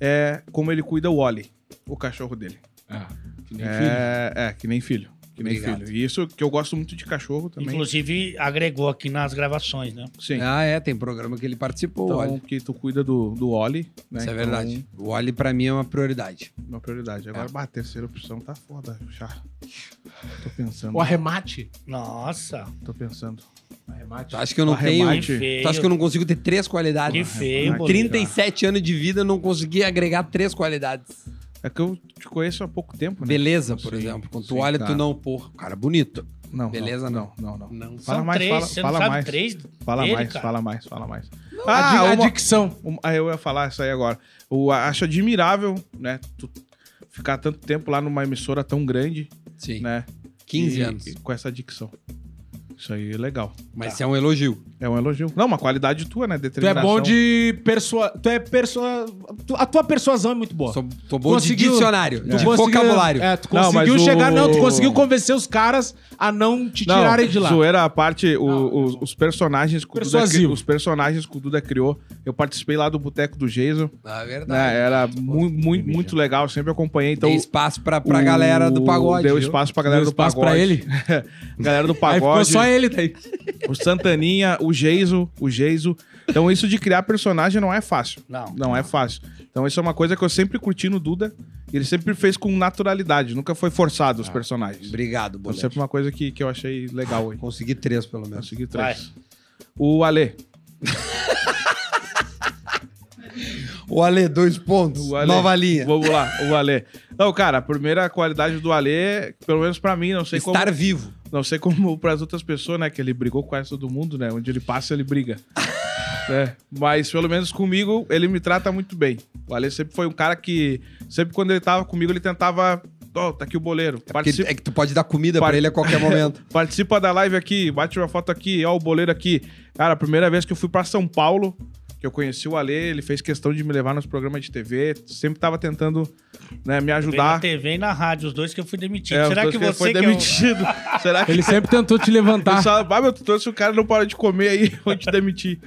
é como ele cuida o Oli, o cachorro dele. Ah, que nem filho. É, é, que nem filho. Que nem Obrigado. filho. E isso que eu gosto muito de cachorro também. Inclusive, agregou aqui nas gravações, né? Sim. Ah, é, tem programa que ele participou. então, olha. que tu cuida do, do Oli, né? Isso é Então, verdade. O Oli pra mim é uma prioridade. Uma prioridade. Agora, bah, a terceira opção tá foda, já. Tô pensando, O arremate. Nossa, tô pensando. Arremate. Tu Ah, acha que eu não O tenho. arremate. que feio. Tu acha que eu não consigo ter três Que qualidades? Ah, feio, Em boleiro. 37 anos de vida, eu não consegui agregar três qualidades. É que eu te conheço há pouco tempo, né? Beleza, por Sim, exemplo. Quando tu sim, olha, cara. tu não, porra, Um cara bonito. tá. Não. Beleza, não. Não, não. Não. Fala São mais, três, fala, você fala não sabe mais. três Fala dele, mais, cara. fala mais, fala mais. Ah, a, di- a é uma- dicção. Um- ah, eu ia falar isso aí agora. Eu acho admirável, né? Tu ficar tanto tempo lá numa emissora tão grande, Sim. né? 15 e- anos. e com essa dicção. Isso aí é legal. Mas isso é um elogio. É um elogio. Não, uma qualidade tua, né? Tu é Determinação. bom de persua... Tu é persua... tu- A tua persuasão é muito boa. Sou, tô bom de Conseguiu- dicionário, Tu de conseguiu- vocabulário. É, tu Não, conseguiu mas o- chegar... Não, tu conseguiu convencer os caras a não te Não, tirarem de lá. zoeira à parte, o- Não, não. os, os personagens que o Duda cri- Persuasivo. os personagens que o Duda criou. Eu participei lá do Boteco do Jason, Na Ah, é verdade. né? Era mu- mu- muito legal, eu sempre acompanhei. Então, Dei espaço pra, pra o- galera do pagode. Deu viu? espaço pra galera Deu do espaço pagode. pra ele. galera do Aí pagode. ficou só ele daí. O Santaninha, o Geiso, o Geiso. Então, isso de criar personagem não é fácil. Não. Não é fácil. Então, isso é uma coisa que eu sempre curti no Duda. E ele sempre fez com naturalidade, nunca foi forçado Ah, os personagens. Obrigado, Então, Bolete. sempre uma coisa que, que eu achei legal aí. Consegui três, pelo menos. Consegui três. O Ale. O Ale, dois pontos. O Ale. Nova linha. Vamos lá, o Ale. Não, cara, a primeira qualidade do Ale, pelo menos pra mim, não sei Estar como. vivo. Não sei como pras outras pessoas, né? Que ele brigou com quase todo mundo, né? Onde ele passa, ele briga. né? Mas pelo menos comigo, ele me trata muito bem. O Ale sempre foi um cara que. Sempre quando ele tava comigo, ele tentava. Ó, tá aqui o boleiro. Porque Participa, é que tu pode dar comida pra Par- ele a qualquer momento. participa da live aqui, bate uma foto aqui, ó, o boleiro aqui. Cara, a primeira vez que eu fui pra São Paulo, que eu conheci o Ale, ele fez questão de me levar nos programas de TV, sempre tava tentando né, me Veio na ajudar. TV e na rádio, os dois que eu fui demitido. É, os Será dois que você foi que é o- demitido? Será que Ele sempre tentou te tá- levantar. Pessoal, ah, meu, tu trouxe o cara não para de comer aí, vou te demitir.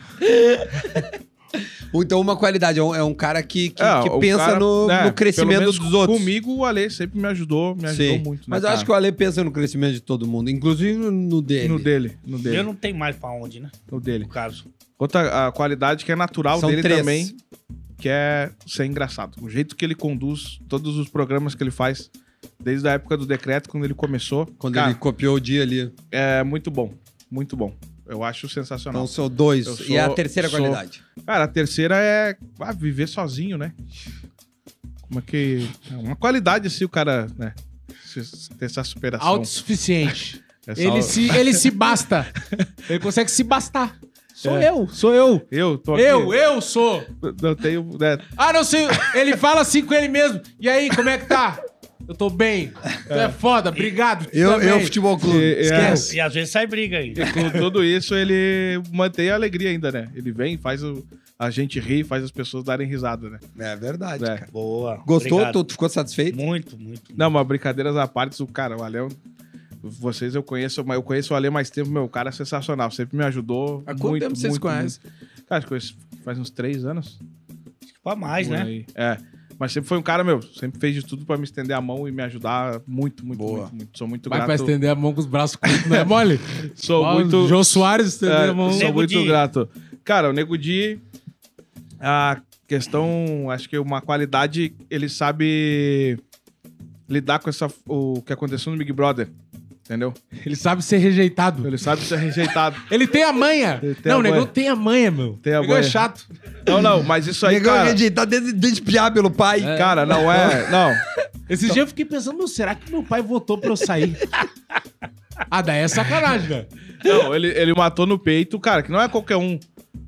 Ou então, uma qualidade. É um, é um cara que, que, É, que o pensa cara, no, né, no crescimento pelo menos dos outros. Comigo, o Ale sempre me ajudou, me ajudou Sim. muito. né, Mas eu acho que o Ale pensa no crescimento de todo mundo, inclusive no dele. No dele, no dele, Eu não tenho mais pra onde, né? no dele. No caso. Outra a qualidade que é natural São dele três. também, que é ser engraçado. O jeito que ele conduz todos os programas que ele faz, desde a época do decreto, quando ele começou. Quando cara, ele copiou o dia ali. É muito bom, muito bom. Eu acho Então, sensacional. são dois. Eu sou- e é a terceira sou- qualidade. Cara, a terceira é ah, viver sozinho, né? Como é que. É uma qualidade assim, o cara, né? se- Ter essa superação. Autossuficiente. essa Ele au- se, ele se basta. Ele consegue se bastar. Sou É. eu, sou eu. Eu tô aqui. Eu, eu sou. Não tenho. Né? Ah, não sei. Ele fala assim com ele mesmo. E aí, como é que tá? Eu tô bem. Tu é foda, obrigado. tu Eu, também. eu, futebol clube. E- é. e- Esquece. E às vezes sai briga aí. E com tudo isso, ele mantém a alegria ainda, né? Ele vem, faz o- a gente rir, faz as pessoas darem risada, né? É verdade, É. cara. Boa. Gostou? obrigado. Tu, tu ficou satisfeito? Muito, muito. Não, mas brincadeiras à parte, o cara, o Ale, é um- vocês eu conheço, mas eu conheço o Ale mais tempo, meu, o cara é sensacional, sempre me ajudou. Há quanto muito, tempo vocês muito, conhecem? muito. Cara, acho que eu conheço faz uns três anos. Pra mais, Por né? aí. É. Mas sempre foi um cara, meu, sempre fez de tudo pra me estender a mão e me ajudar muito, muito, Boa. muito, muito. Sou muito Vai pra grato. estender a mão com os braços curtos, não é mole? Sou Ó, muito. João Soares estendeu é, a mão. sou né, Nego muito Di. grato. Cara, o Nego Di, a questão, acho que uma qualidade, ele sabe lidar com essa, o que aconteceu no Big Brother. Entendeu? Ele sabe ser rejeitado. Ele sabe ser rejeitado. Ele tem a manha. Ele tem não, a o negão manha. tem a manha, meu. Tem a O negão é manha. chato. Não, não, mas isso aí, Negão é cara, acreditar desde despiar pelo pai. cara, não é. Não. Esse Então- dia eu fiquei pensando, meu, será que meu pai votou pra eu sair? ah, daí é sacanagem, né? Não, ele, ele matou no peito, cara, que não é qualquer um.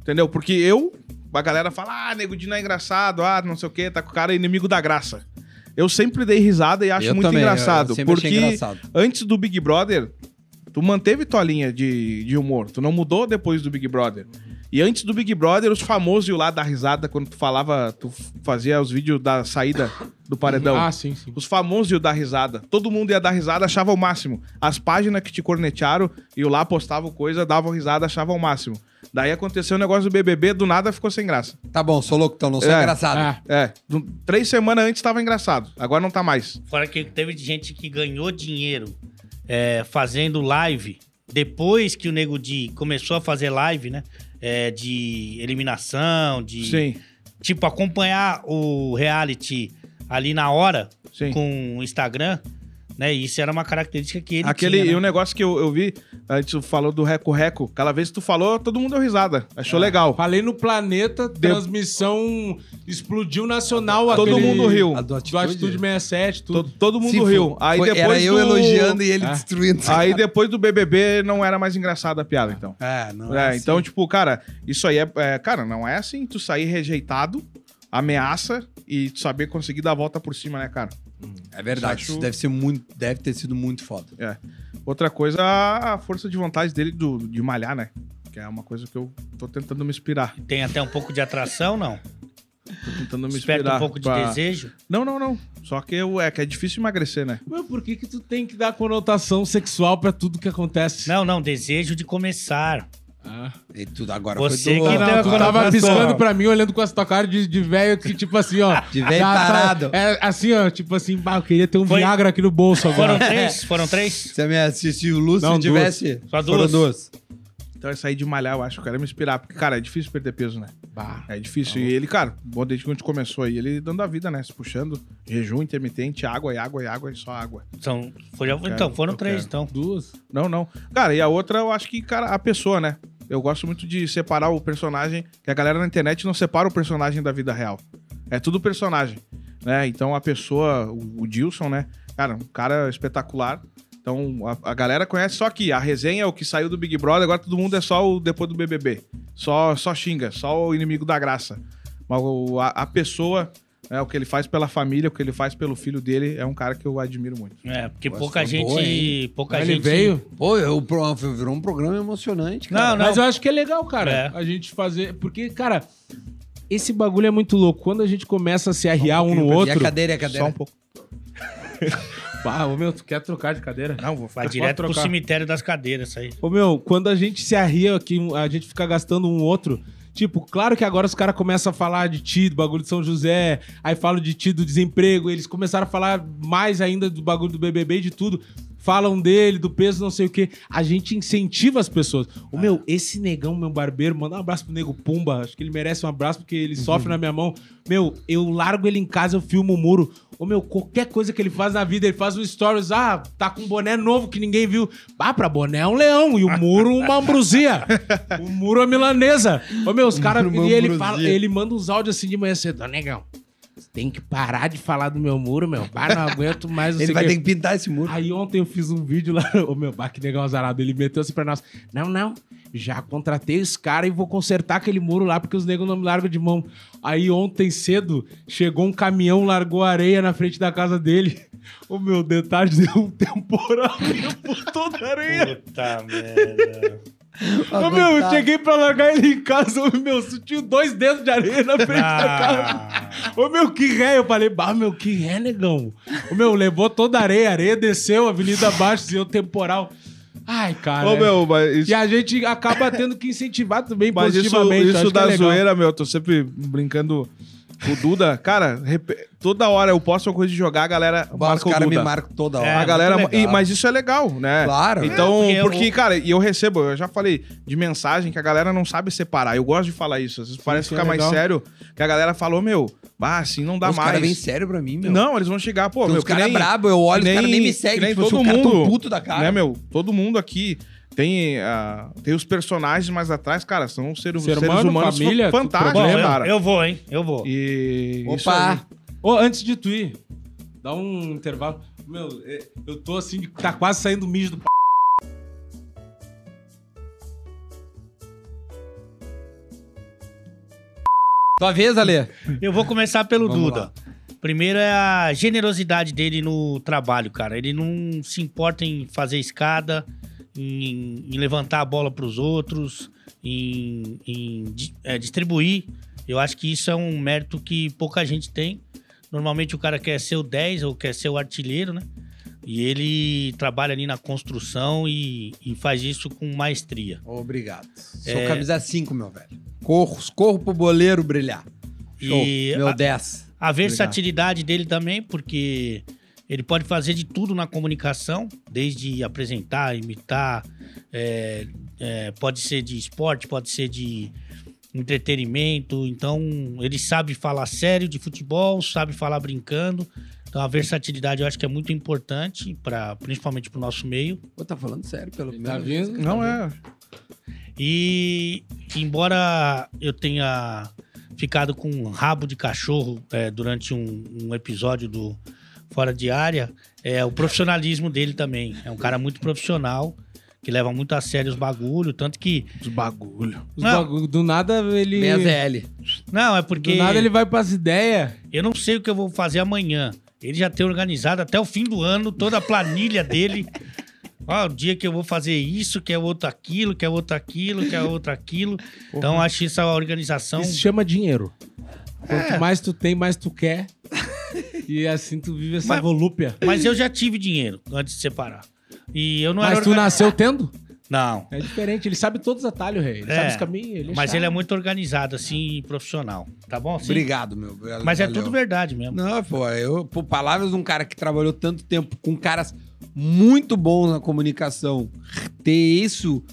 Entendeu? Porque eu, a galera fala, ah, nego de não é engraçado, ah, não sei o quê, tá com o cara inimigo da graça. Eu sempre dei risada e acho Eu muito também, eu- eu engraçado. sempre porque achei engraçado. antes do Big Brother, tu manteve tua linha de, de humor. Tu não mudou depois do Big Brother. E antes do Big Brother, os famosos iam lá dar risada quando tu falava, tu f- fazia os vídeos da saída do paredão. Ah, sim, sim. Os famosos iam dar risada. Todo mundo ia dar risada, achava o máximo. As páginas que te cornetearam, iam lá, postavam coisa, davam risada, achavam o máximo. Daí aconteceu o negócio do BBB, do nada ficou sem graça. Tá bom, sou louco, então não sou É. engraçado. Ah, É, do- três semanas antes tava engraçado, agora não tá mais. Fora que teve gente que ganhou dinheiro é, fazendo live. Depois que o Nego Di começou a fazer live, né? É, de eliminação, de... Sim, Tipo, acompanhar o reality ali na hora, sim. com o Instagram. Né? E isso era uma característica que ele Aquele, tinha, né? e um negócio que eu, eu vi, a gente falou do reco-reco. Cada vez que tu falou, todo mundo deu risada. É. Achou legal. Falei no planeta, transmissão explodiu nacional. Todo aquele- mundo riu. A do Do Atitude? Atitude, 67, tudo. Todo, todo Se mundo for. riu. Aí Foi- depois Era eu do- É. elogiando e ele Ah. destruindo. Aí depois do BBB não era mais engraçada a piada, então. É, não É, assim. então, tipo, cara, isso aí é, é, Cara, não é assim tu sair rejeitado, ameaça e tu saber conseguir dar a volta por cima, né, cara? É verdade, Acho- isso deve, ser muito, deve ter sido muito foda. Outra coisa, a força de vontade dele do, de malhar, né? Que é uma coisa que eu tô tentando me inspirar. Tem até um pouco de atração, não? Tô tentando me Desperta inspirar. um pouco de pra- desejo. Não, não, não. Só que eu, é que é difícil emagrecer, né? Mas por que que tu tem que dar conotação sexual pra tudo que acontece? Não, não, desejo de começar. Ah. E tudo agora Você foi do... que deu Não, a tu tava conotação. piscando pra mim, olhando com essa tua cara de de velho que, tipo assim, ó. De velho já tá- tarado. É, assim, ó, tipo assim, bah, eu queria ter um Foi- Viagra aqui no bolso Foram agora. três? Foram três? Se, a minha, se, se o Lúcio Não, duas. tivesse... Só duas. Foram duas. Então é sair de malhar, eu acho. Eu quero me inspirar. Porque, cara, é difícil perder peso, né? Bah. É tá difícil. E ele, cara, bom, desde que a gente começou aí, ele dando a vida, né? Se puxando. Jejum intermitente, água e água e água e só água. São, foi- então, foram eu três, quero. então. Duas? Não, não. Cara, e a outra, eu acho que, cara, a pessoa, né? Eu gosto muito de separar o personagem, que a galera na internet não separa o personagem da vida real. É tudo personagem, né? Então a pessoa, o, o Dilson, né? Cara, um cara espetacular. Então a, a galera conhece só que a resenha é o que saiu do Big Brother, agora todo mundo é só o depois do BBB. Só, só xinga, só o inimigo da graça. Mas o- a, a pessoa, né, o que ele faz pela família, o que ele faz pelo filho dele, é um cara que eu admiro muito. É, porque Nossa, pouca foi gente. boa, hein? pouca Ele gente. veio. Pô, eu, pro- virou um programa emocionante, cara. Não, não. Mas eu acho que é legal, cara, É. a gente fazer. Porque, cara, esse bagulho é muito louco. Quando a gente começa a se arriar um, no E a outro. cadeira, e a cadeira. Só um pouco. Bah, ô meu, tu quer trocar de cadeira? Não, vou Vai falar direto pro trocar. cemitério das cadeiras, isso aí. Ô meu, quando a gente se arria aqui, a gente fica gastando um outro. Tipo, claro que agora os caras começam a falar de ti, do bagulho de São José, aí falam de ti, do desemprego, eles começaram a falar mais ainda do bagulho do BBB e de tudo. Falam dele, do peso, não sei o quê. A gente incentiva as pessoas. O meu, esse negão, meu barbeiro, manda um abraço pro Nego Pumba. Acho que ele merece um abraço porque ele Uhum. sofre na minha mão. Meu, eu largo ele em casa, eu filmo o muro. Ô meu, qualquer coisa que ele faz na vida, ele faz um stories, ah, tá com um boné novo que ninguém viu. Ah, pra boné é um leão e o muro uma ambrosia. o muro é milanesa. Ô meu, os caras, Muro é uma e ele, ambrosia. fala, ele manda uns áudios assim de manhã cedo, "Ô, negão. você Tem que parar de falar do meu muro, meu. Bah, não aguento mais. não Ele sei vai o quê." ter que pintar esse Ah, muro. Aí ontem eu fiz um vídeo lá, o meu baque negão azarado, ele meteu assim pra nós. Não, não, já contratei os caras e vou consertar aquele muro lá porque os negros não me largam de mão. Aí ontem cedo chegou um caminhão, largou areia na frente da casa dele. O meu detalhe deu um temporal por toda a areia. Puta merda. Ô meu, eu cheguei pra largar ele em casa, ô meu, só tinha dois dedos de areia na frente da casa. Ah, Ô meu, que ré, eu falei, bah, meu, que ré, negão. Ô meu, levou toda a areia, a areia desceu, avenida abaixo, deu temporal. Ai, cara. Ô, meu, mas isso, E a gente acaba tendo que incentivar também mas isso, positivamente. isso acho que é da legal. zoeira, meu, eu tô sempre brincando com o Duda. Cara, rep- toda hora eu posto uma coisa de jogar, a galera Bah, Os marca o caras me Duda. marcam toda hora. É, a galera, muito e- legal. mas isso é legal, né? Claro. Então, É, porque eu- porque, cara, e eu recebo, eu já falei de mensagem que a galera não sabe separar. Eu gosto de falar isso, às vezes parece sim, ficar é mais legal. sério, que a galera falou, meu, ah, assim não dá Os caras vêm mais. sério pra mim, meu. Não, eles vão chegar, pô, Tem meu, uns que caras nem- brabo, eu olho, que os caras nem me que seguem. nem Tipo, todo assim, o cara mundo, tão puto da cara. Né, meu? Todo mundo aqui tem, ah, tem os personagens mais atrás, cara, são ser, Ser seres humano, humanos família, fantásticos, bom, problema. né, eu, cara. eu vou, hein? Eu vou. E isso é Opa! Ô, antes de tu ir, dá um intervalo. Meu, é, eu tô assim, de- tá quase saindo mijo do p. Tua vez, Ale. Eu vou começar pelo Vamos Duda. Primeiro é a generosidade dele no trabalho, cara. Ele não se importa em fazer escada, em, em levantar a bola pros outros, em, em di- é, distribuir. Eu acho que isso é um mérito que pouca gente tem. Normalmente o cara quer ser o 10 ou quer ser o artilheiro, né? E ele trabalha ali na construção e- e faz isso com maestria. Obrigado. Sou É. camisa 5, meu velho. Corro, corro pro boleiro brilhar. Show. E meu a- 10. A versatilidade dele também, porque ele pode fazer de tudo na comunicação, desde apresentar, imitar, é, é, pode ser de esporte, pode ser de entretenimento. Então, ele sabe falar sério de futebol, sabe falar brincando. Então a versatilidade eu acho que é muito importante, pra, principalmente para o nosso meio. Pô, tá falando sério, pelo menos. Tá vendo? Não é. E embora eu tenha ficado com um rabo de cachorro é, durante um, um episódio do Fora de Área, é, o profissionalismo dele também. É um cara muito profissional, que leva muito a sério os bagulho, tanto que... Os bagulho. Os Não. bagulho- do nada ele. Meia ZL. Não, é porque Do nada ele vai pras ideias. eu não sei o que eu vou fazer amanhã. Ele já tem organizado até o fim do ano toda a planilha dele. Ó, o dia que eu vou fazer isso, que é outro aquilo, que é outro aquilo, que é outro aquilo. Então, acho essa organização... Isso chama dinheiro. É. Quanto mais tu tem, mais tu quer. e assim tu vive essa Mas- volúpia. Mas eu já tive dinheiro antes de separar. E eu não Mas era. tu organi- nasceu tendo? Não. É diferente. Ele sabe todos os atalhos, rei. Ele É. sabe os caminhos. Ele é Mas chato. ele é muito organizado, assim, e profissional. Tá bom? Sim. Obrigado, meu. Obrigado, Mas é valeu. tudo verdade mesmo. Não, pô, eu, por palavras de um cara que trabalhou tanto tempo com caras muito bons na comunicação, ter isso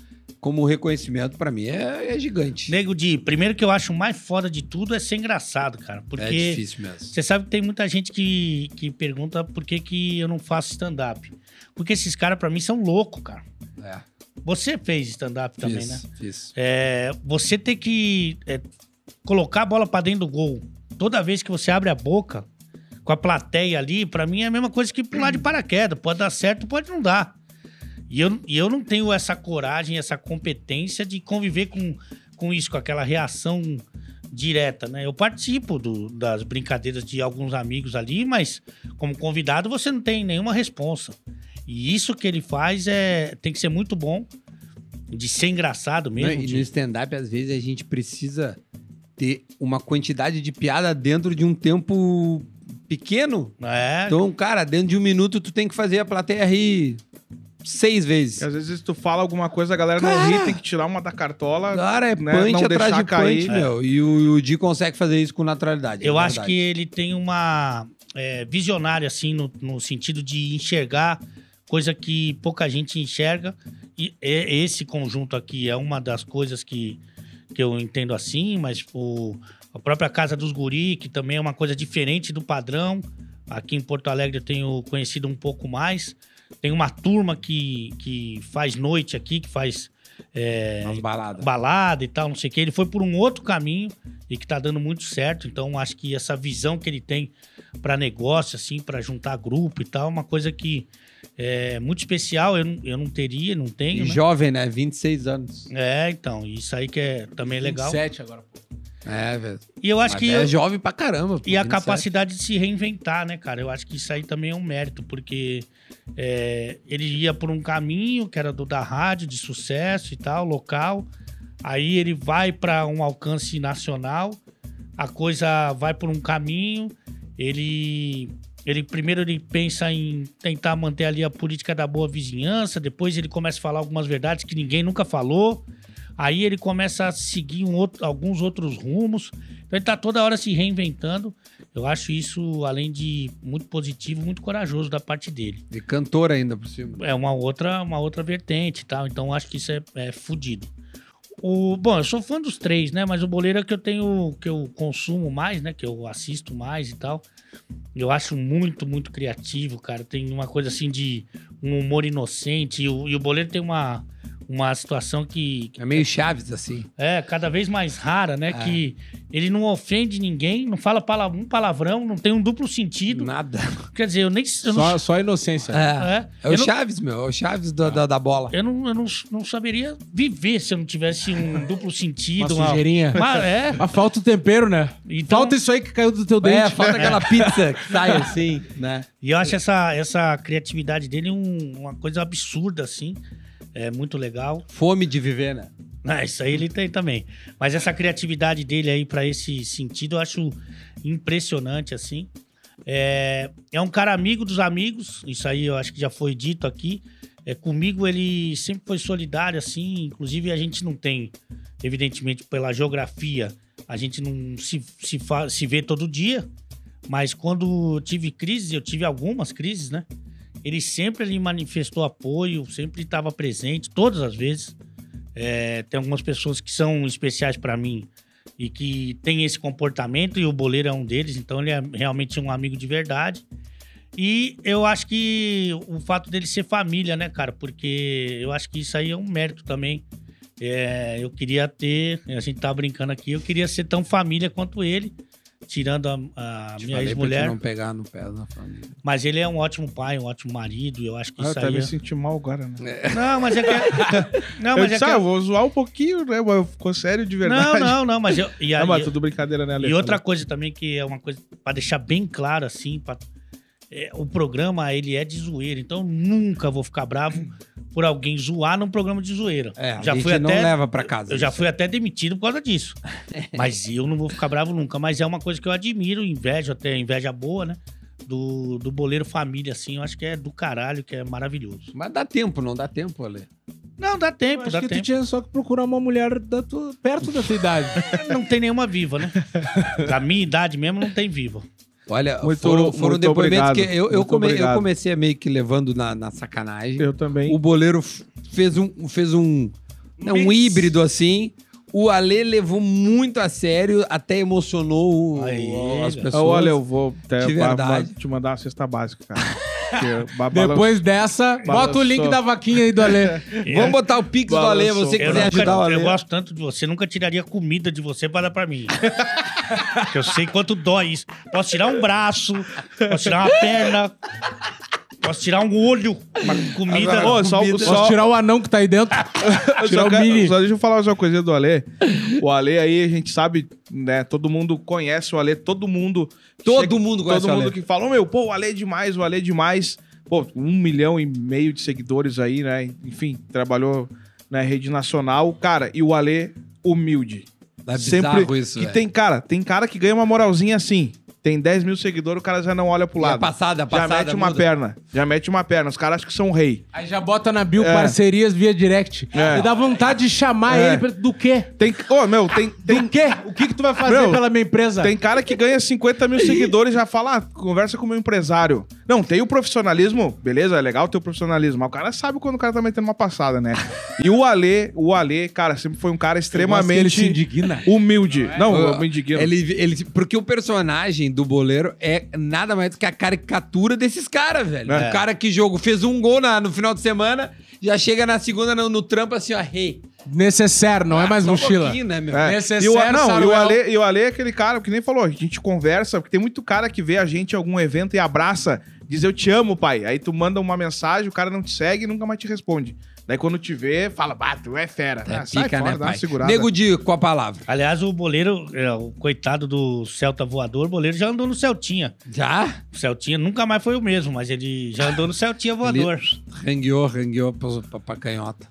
como reconhecimento pra mim é, é gigante. Nego de, primeiro que eu acho mais foda de tudo é ser engraçado, cara. Porque É difícil mesmo. Você sabe que tem muita gente que, que pergunta por que, que eu não faço stand-up. Porque esses caras, pra mim, são loucos, cara. É, Você fez stand-up também, fiz, né? fiz. É, você ter que é, colocar a bola pra dentro do gol toda vez que você abre a boca com a plateia ali, pra mim é a mesma coisa que pular de paraquedas. Pode dar certo, pode não dar. E eu, e eu não tenho essa coragem, essa competência de conviver com, com isso, com aquela reação direta, né? Eu participo do- das brincadeiras de alguns amigos ali, mas como convidado você não tem nenhuma responsa. E isso que ele faz é tem que ser muito bom, de ser engraçado mesmo. Não, Né, e de- no stand-up, às vezes, a gente precisa ter uma quantidade de piada dentro de um tempo pequeno. É, Então, cara, dentro de um minuto, tu tem que fazer a plateia rir seis E vezes. às vezes tu fala alguma coisa, a galera não Cara! ri, tem que tirar uma da cartola. Cara, é né, punch não atrás deixar de punch, cair. meu. E o, o Di consegue fazer isso com naturalidade. É. Eu é acho que verdade. ele tem uma é, visionária, assim, no, no sentido de enxergar coisa que pouca gente enxerga. E é- esse conjunto aqui é uma das coisas que, que eu entendo assim, mas o, a própria Casa dos Guri, que também é uma coisa diferente do padrão. Aqui em Porto Alegre eu tenho conhecido um pouco mais. Tem uma turma que, que faz noite aqui, que faz é, Nas baladas. balada e tal, não sei o que. Ele foi por um outro caminho e que tá dando muito certo. Então, acho que essa visão que ele tem para negócio, assim, para juntar grupo e tal, é uma coisa que é muito especial. Eu, não- eu não teria, não E tenho. Né? jovem, né? 26 anos. É, então, isso aí que é também é legal. 27 agora. pô. É, velho. E eu acho Mas que. é eu- jovem pra caramba. pô, e a 27. capacidade de se reinventar, né, cara? Eu acho que isso aí também é um mérito, porque é, ele ia por um caminho que era do da rádio, de sucesso e tal, local. Aí ele vai para um alcance nacional, a coisa vai por um caminho, ele. Ele primeiro ele pensa em tentar manter ali a política da boa vizinhança, depois ele começa a falar algumas verdades que ninguém nunca falou. Aí ele começa a seguir um outro- alguns outros rumos. Então ele tá toda hora se reinventando. Eu acho isso, além de muito positivo, muito corajoso da parte dele. E cantor ainda por cima. É uma outra, uma outra vertente e tal. Então eu acho que isso é, é fudido. O, bom, eu sou fã dos três, né? Mas o boleiro é o que eu tenho, que eu consumo mais, né? Que eu assisto mais e tal. Eu acho muito, muito criativo, cara. Tem uma coisa assim de um humor inocente. E o, e o boleiro tem uma, uma situação que, É meio Chaves, assim. é, cada vez mais rara, né? É. Que ele não ofende ninguém, não fala pala- um palavrão, não tem um duplo sentido. Nada. Quer dizer, eu nem. Eu não, Só, só inocência. É. É é, eu o não- Ah. Chaves, meu. É o Chaves da, da, da bola. eu não, eu não, não saberia viver se eu não tivesse um duplo Uma sentido. Uma sujeirinha. uma- é, Mas falta o tempero, né? então, Falta isso aí que caiu do teu É, dente. falta aquela pizza que sai assim, né? E eu acho essa, essa criatividade dele um- uma coisa absurda, assim. É muito legal. Fome de viver, né? Ah, isso aí ele tem também. Mas essa criatividade dele aí pra esse sentido, eu acho impressionante, assim. É, é um cara amigo dos amigos, isso aí eu acho que já foi dito aqui. É, comigo ele sempre foi solidário, assim. Inclusive a gente não tem, evidentemente, pela geografia, a gente não se, se, fa- se vê todo dia. Mas quando eu tive crises, eu tive algumas crises, né? Ele sempre ele manifestou apoio, sempre estava presente, todas as vezes. É, tem algumas pessoas que são especiais para mim e que têm esse comportamento, e o Boleiro é um deles, então ele é realmente um amigo de verdade. E eu acho que o fato dele ser família, né, cara? Porque eu acho que isso aí é um mérito também. É, eu queria ter, a gente tava brincando aqui, eu queria ser tão família quanto ele, tirando a, a Te falei minha pra te ex-mulher. não pegar no pé da família. Mas ele é um ótimo pai, um ótimo marido, eu acho que Ah, eu isso até aí. me é- senti mal agora, né? Não, mas é que. Não, eu mas é disse, que. ah, eu vou zoar um pouquinho, né? Mas ficou sério de verdade. Não, não, não, mas eu. E, Não, aí- mas tudo brincadeira, né, Ale? E outra coisa também que é uma coisa pra deixar bem claro assim, pra- é, o programa ele é de zoeira, então eu nunca vou ficar bravo por alguém zoar num programa de zoeira. É, a já gente fui não até leva pra casa. eu já isso. fui até demitido por causa disso. Mas eu não vou ficar bravo nunca. Mas é uma coisa que eu admiro, invejo, até inveja boa, né? Do, do boleiro família, assim. Eu acho que é do caralho, que é maravilhoso. Mas dá tempo, não dá tempo, Ale. Não, dá Eu tempo, acho dá que tu tempo. tinha só que procurar uma mulher da tua- perto da tua idade. Não tem nenhuma viva, né? da minha idade mesmo, não tem viva. Olha, Muito- foram, foram muito depoimentos obrigado. que eu, eu, Muito come- eu obrigado. comecei a meio que levando na, na sacanagem. Eu também. O boleiro f- fez um, fez um, né, um Mix. híbrido assim. O Ale levou muito a sério, até emocionou o- Aí, o- as ó. pessoas. Ah, Olha, eu vou até De ba- verdade. ma- te mandar uma cesta básica, cara. Porque ba- balan- Depois dessa, bota o link Balançou. da vaquinha aí do Ale. Vamos botar o Pix do Ale, Balançou. você Eu, quiser nunca- ajudar o Ale. eu gosto tanto de você, nunca tiraria comida de você para dar pra mim. Porque eu sei quanto dói isso. Posso tirar um braço, posso tirar uma perna, posso tirar um olho, mas comida. Agora, ô, só, comida. só, Posso tirar o anão que tá aí dentro? Eu tirar só, o quero- Billy. só deixa eu falar mais uma coisinha do Ale. O Ale aí, a gente sabe, né? Todo mundo conhece o Ale, todo mundo. Todo mundo conhece Todo o mundo Ale. que fala, "Ô, meu, pô, o Ale é demais, o Ale é demais. Pô, um milhão e meio de seguidores aí, né? Enfim, trabalhou na rede nacional. Cara, e o Ale, humilde. É bizarro Sempre. isso, que velho. tem, cara, tem cara que ganha uma moralzinha assim. Tem 10 mil seguidores, o cara já não olha pro E a lado. é passada, a já passada. mete uma muda. perna. Já mete uma perna. Os caras acham que são rei. Aí já bota na bio É. parcerias via direct. É. E dá vontade de chamar É. ele pra- do quê? Tem. Ô, meu, tem. tem Do quê? O que, que tu vai fazer Meu, pela minha empresa? Tem cara que ganha 50 mil seguidores e já fala, ah, conversa com o meu empresário. Não, tem o profissionalismo, beleza, é legal ter o profissionalismo, mas o cara sabe quando o cara tá metendo uma passada, né? E o Ale, o Ale, cara, sempre foi um cara Nossa, Ele se extremamente indigna. humilde. Não, Eu- eu me indigno. Ah, Ele, ele, porque o personagem do boleiro é nada mais do que a caricatura desses caras, velho. É. O cara que jogo fez um gol na- no final de semana, já chega na segunda no, no trampo assim, ó, rei. Necessaire, não é mais Só um mochila. pouquinho, né, meu? É. Necessaire, E o, não, e o, Saruel. Ale, e o Ale é aquele cara que nem falou, a gente conversa, porque tem muito cara que vê a gente em algum evento e abraça, diz eu te amo, pai. Aí tu manda uma mensagem, o cara não te segue e nunca mais te responde. Daí quando te vê, fala, bah, tu é fera. É, Ah, sai pica, fora, né, dá uma pai? segurada. Nego de com a palavra. Aliás, o boleiro, é, o coitado do Celta voador, o boleiro já andou no Celtinha. Já? O Celtinha nunca mais foi o mesmo, mas ele já andou no Celtinha voador. Rangueou, rangueou pra, pra, pra canhota.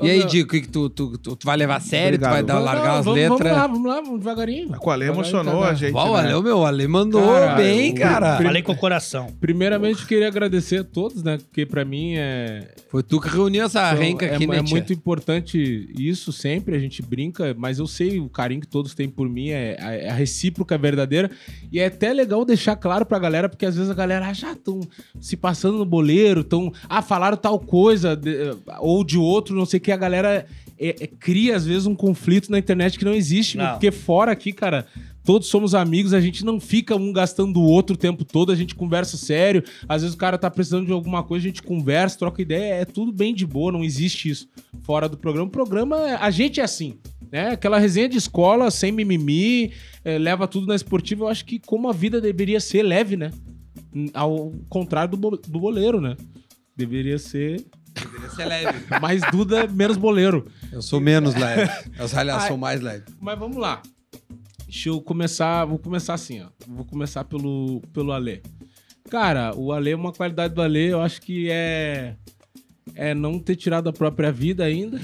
Ô, e aí, meu- Dico, o que que tu, tu, tu, tu vai levar a sério? Tu vai Obrigado. dar, Vamos lá, largar as vamos- letras? Vamos lá, vamos lá, vamos tá, devagarinho. O Ale emocionou a gente. Ó, o né? Ale, meu, o Ale mandou Cara, bem, o- cara. Falei com o coração. Primeiramente, queria agradecer a todos, né? Porque pra mim é, Foi tu que reuniu essa Então, renca é, aqui, é né, tia? muito importante isso sempre, a gente brinca, mas eu sei o carinho que todos têm por mim, é, é a recíproca é verdadeira. E é até legal deixar claro pra galera, porque às vezes a galera ah, já estão se passando no boleiro, estão. Ah, falaram tal coisa, de- ou de outro, não sei o que. A galera é- é- cria, às vezes, um conflito na internet que não existe, né? Não. porque fora aqui, cara. Todos somos amigos, a gente não fica um gastando o outro o tempo todo, a gente conversa sério. Às vezes o cara tá precisando de alguma coisa, a gente conversa, troca ideia, é tudo bem de boa, não existe isso fora do programa. O programa, a gente é assim, né? Aquela resenha de escola, sem mimimi, eh, leva tudo na esportiva. Eu acho que como a vida deveria ser leve, né? Hum, Ao contrário do, bo- do boleiro, né? Deveria ser Você é leve. mais Duda, menos boleiro. Eu sou menos leve. Eu aliás, sou mais leve. Mas vamos lá. Deixa eu começar. Vou começar assim, ó. Vou começar pelo, pelo Ale. Cara, o Ale, uma qualidade do Ale, eu acho que é. É não ter tirado a própria vida ainda.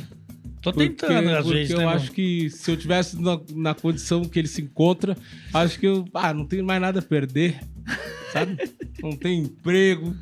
Tô Porque, tentando, às porque vezes, eu né? acho que se eu tivesse na, na condição que ele se encontra, acho que eu ah, não tenho mais nada a perder, sabe? Não tem emprego,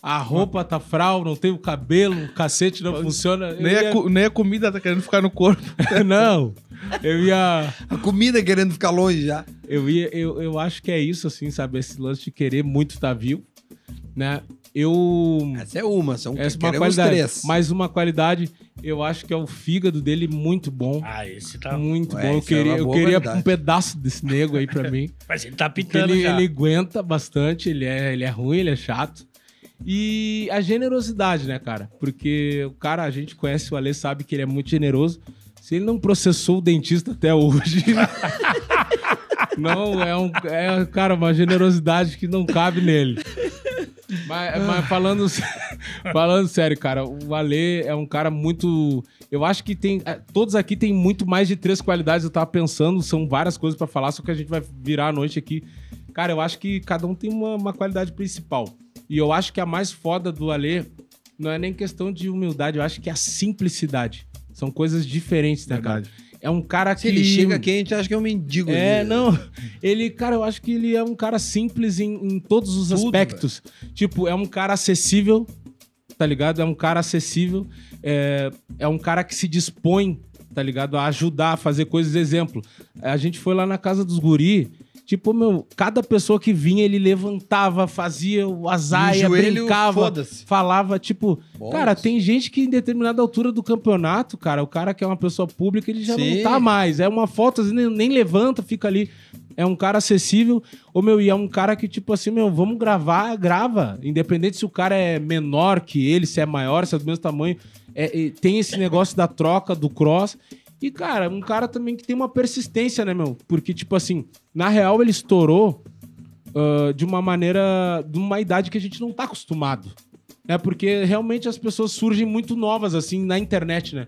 a roupa tá fral, não tem o cabelo, o cacete não funciona. Eu Nem a, ia- cu- nem a comida tá querendo ficar no corpo. Não, eu ia... A comida querendo ficar longe já. Eu, ia eu, eu acho que é isso, assim, sabe? Esse lance de querer muito estar vivo, tá né? eu. Essa é uma, são Essa é uma queremos qualidade. três. Mais uma qualidade, eu acho que é o fígado dele muito bom. Ah, esse tá. Muito Ué, bom. Eu isso é uma queria, eu boa queria qualidade. um pedaço desse nego aí pra mim. Mas ele tá Porque pitando ele, já. ele aguenta bastante, ele é, ele é ruim, ele é chato. E a generosidade, né, cara? Porque o cara, a gente conhece o Ale, sabe que ele é muito generoso. Se ele não processou o dentista até hoje. não, é um. É, cara, uma generosidade que não cabe nele. Mas, mas falando, falando sério, cara, o Ale é um cara muito. Eu acho que tem. eh, Todos aqui tem muito mais de três qualidades. Eu tava pensando, são várias coisas pra falar, só que a gente vai virar a noite aqui. Cara, eu acho que cada um tem uma, uma qualidade principal. E eu acho que a mais foda do Ale não é nem questão de humildade, eu acho que é a simplicidade. São coisas diferentes, né, cara? Verdade. É um cara que. Se ele chega aqui, a gente acha que é um mendigo. É, né? não. Ele, cara, eu acho que ele é um cara simples em, em todos os Tudo, aspectos. Tipo, é um cara acessível, tá ligado? É um cara acessível. É, é um cara que se dispõe, tá ligado? A ajudar, a fazer coisas. Exemplo, a gente foi lá na casa dos guri. Tipo, meu, cada pessoa que vinha, ele levantava, fazia o azaia, No joelho, brincava, foda-se. falava, tipo... Bom, Cara, tem gente que em determinada altura do campeonato, cara, o cara que é uma pessoa pública, ele já Sim. não tá mais. É uma foto, às vezes nem, nem levanta, fica ali. É um cara acessível. Ô, meu, e é um cara que, tipo assim, meu, vamos gravar, grava. Independente se o cara é menor que ele, se é maior, se é do mesmo tamanho. É, é, tem esse negócio da troca, do cross. E, cara, um cara também que tem uma persistência, né, meu? Porque, tipo assim, na real ele estourou ah, de uma maneira, de uma idade que a gente não tá acostumado. É porque realmente as pessoas surgem muito novas, assim, na internet, né?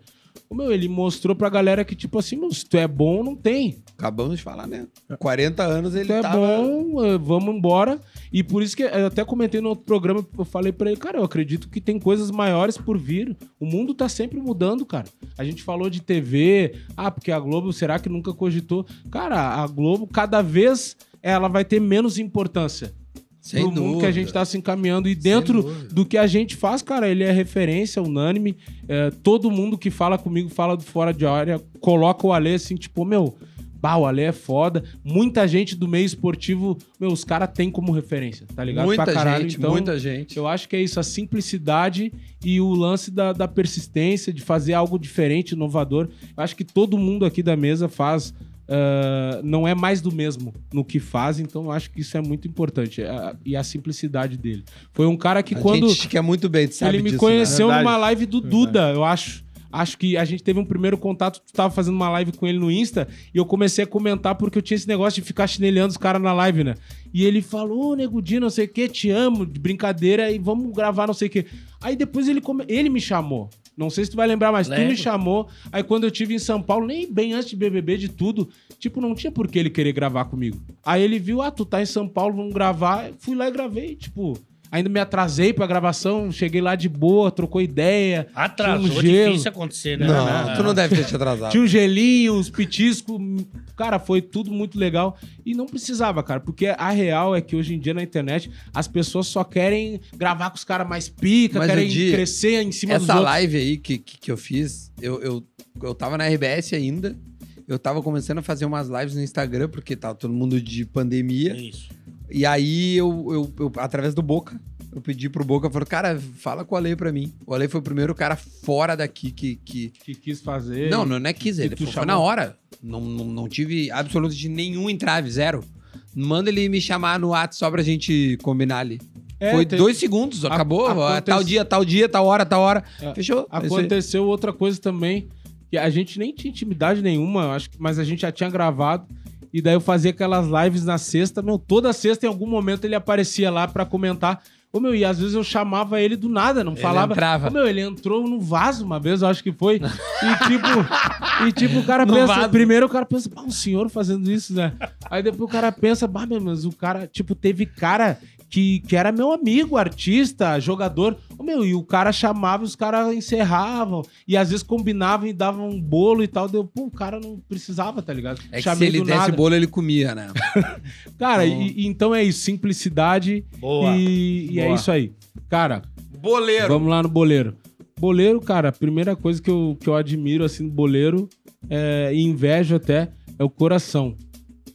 Ô, meu, ele mostrou pra galera que, tipo assim, meu, se tu é bom, não tem. Acabamos de falar, né? 40 anos ele Tu é tava... bom, eh, vamos embora. E por isso que eh, eu até comentei no outro programa, eu falei pra ele, cara, eu acredito que tem coisas maiores por vir. O mundo tá sempre mudando, cara. A gente falou de TV, ah, porque a Globo, será que nunca cogitou? Cara, a Globo cada vez ela vai ter menos importância Sem pro mundo dúvida. que a gente tá se encaminhando. E Sem dentro dúvida. do que a gente faz, cara, ele é referência, unânime. É, todo mundo que fala comigo, fala do fora de área, coloca o Ale assim, tipo, meu, bah, o Ale é foda. Muita gente do meio esportivo, meu, os caras têm como referência, tá ligado? Muita Pra caralho, gente, então, muita gente. Eu acho que é isso, a simplicidade e o lance da, da persistência, de fazer algo diferente, inovador. Eu acho que todo mundo aqui da mesa faz. ah, não é mais do mesmo no que faz, então eu acho que isso é muito importante. a- e a simplicidade dele. Foi um cara que a quando gente quer muito bem, tu sabe ele me disso, né? conheceu Verdade. numa live do Verdade. Duda, eu acho. Acho que a gente teve um primeiro contato, tu tava fazendo uma live com ele no Insta, e eu comecei a comentar porque eu tinha esse negócio de ficar chinelhando os caras na live, né? E ele falou, ô, nego Di, não sei o que, te amo, de brincadeira, e vamos gravar não sei o que. Aí depois ele, come- ele me chamou. Não sei se tu vai lembrar, mas tu Lembro. me chamou. Aí quando eu tive em São Paulo, nem bem antes de BBB, de tudo, tipo, não tinha por que ele querer gravar comigo. Aí ele viu, ah, tu tá em São Paulo, vamos gravar. Eu Fui lá e gravei, tipo... Ainda me atrasei pra gravação, cheguei lá de boa, trocou ideia. Atrasou, tinha um gelo. difícil acontecer, né? Né? Não, tu não deve ter te atrasado. Tinha um gelinho, uns petiscos. Cara, foi tudo muito legal. E não precisava, cara, porque a real é que hoje em dia na internet as pessoas só querem gravar com os caras mais pica, Mas, querem Odi, crescer em cima dos Essa outros. live aí que, que, que eu fiz, eu, eu, eu tava na RBS ainda. Eu tava começando a fazer umas lives no Instagram, porque tava todo mundo de pandemia. é Isso. E aí, eu, eu, eu- através do Boca, eu pedi pro Boca, falou, cara, fala com o Ale pra mim. O Ale foi o primeiro cara fora daqui que... que... Que quis fazer. Não, não, não é quis, E ele tu falou, foi chamou? na hora. Não, não, não tive absoluto de nenhum entrave, zero. Manda ele me chamar no WhatsApp só pra gente combinar ali. É, foi tem- dois segundos, A- acabou. aconte- Tal dia, tal dia, tal hora, tal hora. É, Fechou. é isso aí. Aconteceu outra coisa também, que a gente nem tinha intimidade nenhuma, eu acho que- mas a gente já tinha gravado. E daí eu fazia aquelas lives na sexta, meu, toda sexta em algum momento ele aparecia lá pra comentar. Ô meu, e às vezes eu chamava ele do nada, não Ele falava. entrava. Ô, meu, ele entrou no vaso uma vez, eu acho que foi. E tipo, e tipo o cara No pensa, vaso. primeiro o cara pensa, pá, um senhor fazendo isso, né? Aí depois o cara pensa, bah, meu, mas o cara, tipo, teve cara que, que era meu amigo, artista, jogador. Ô, meu, e o cara chamava, e os caras encerravam. E às vezes combinavam e davam um bolo e tal. Deu, pô, o cara não precisava, tá ligado? É que se ele do desse nada. bolo, ele comia, né? Cara, Então- e- e então é isso, simplicidade. Boa. E, e é Boa. isso aí. Cara, Boleiro. Vamos lá no boleiro. Boleiro, cara, a primeira coisa que eu, que eu admiro, assim, do boleiro, é, e invejo até, é o coração.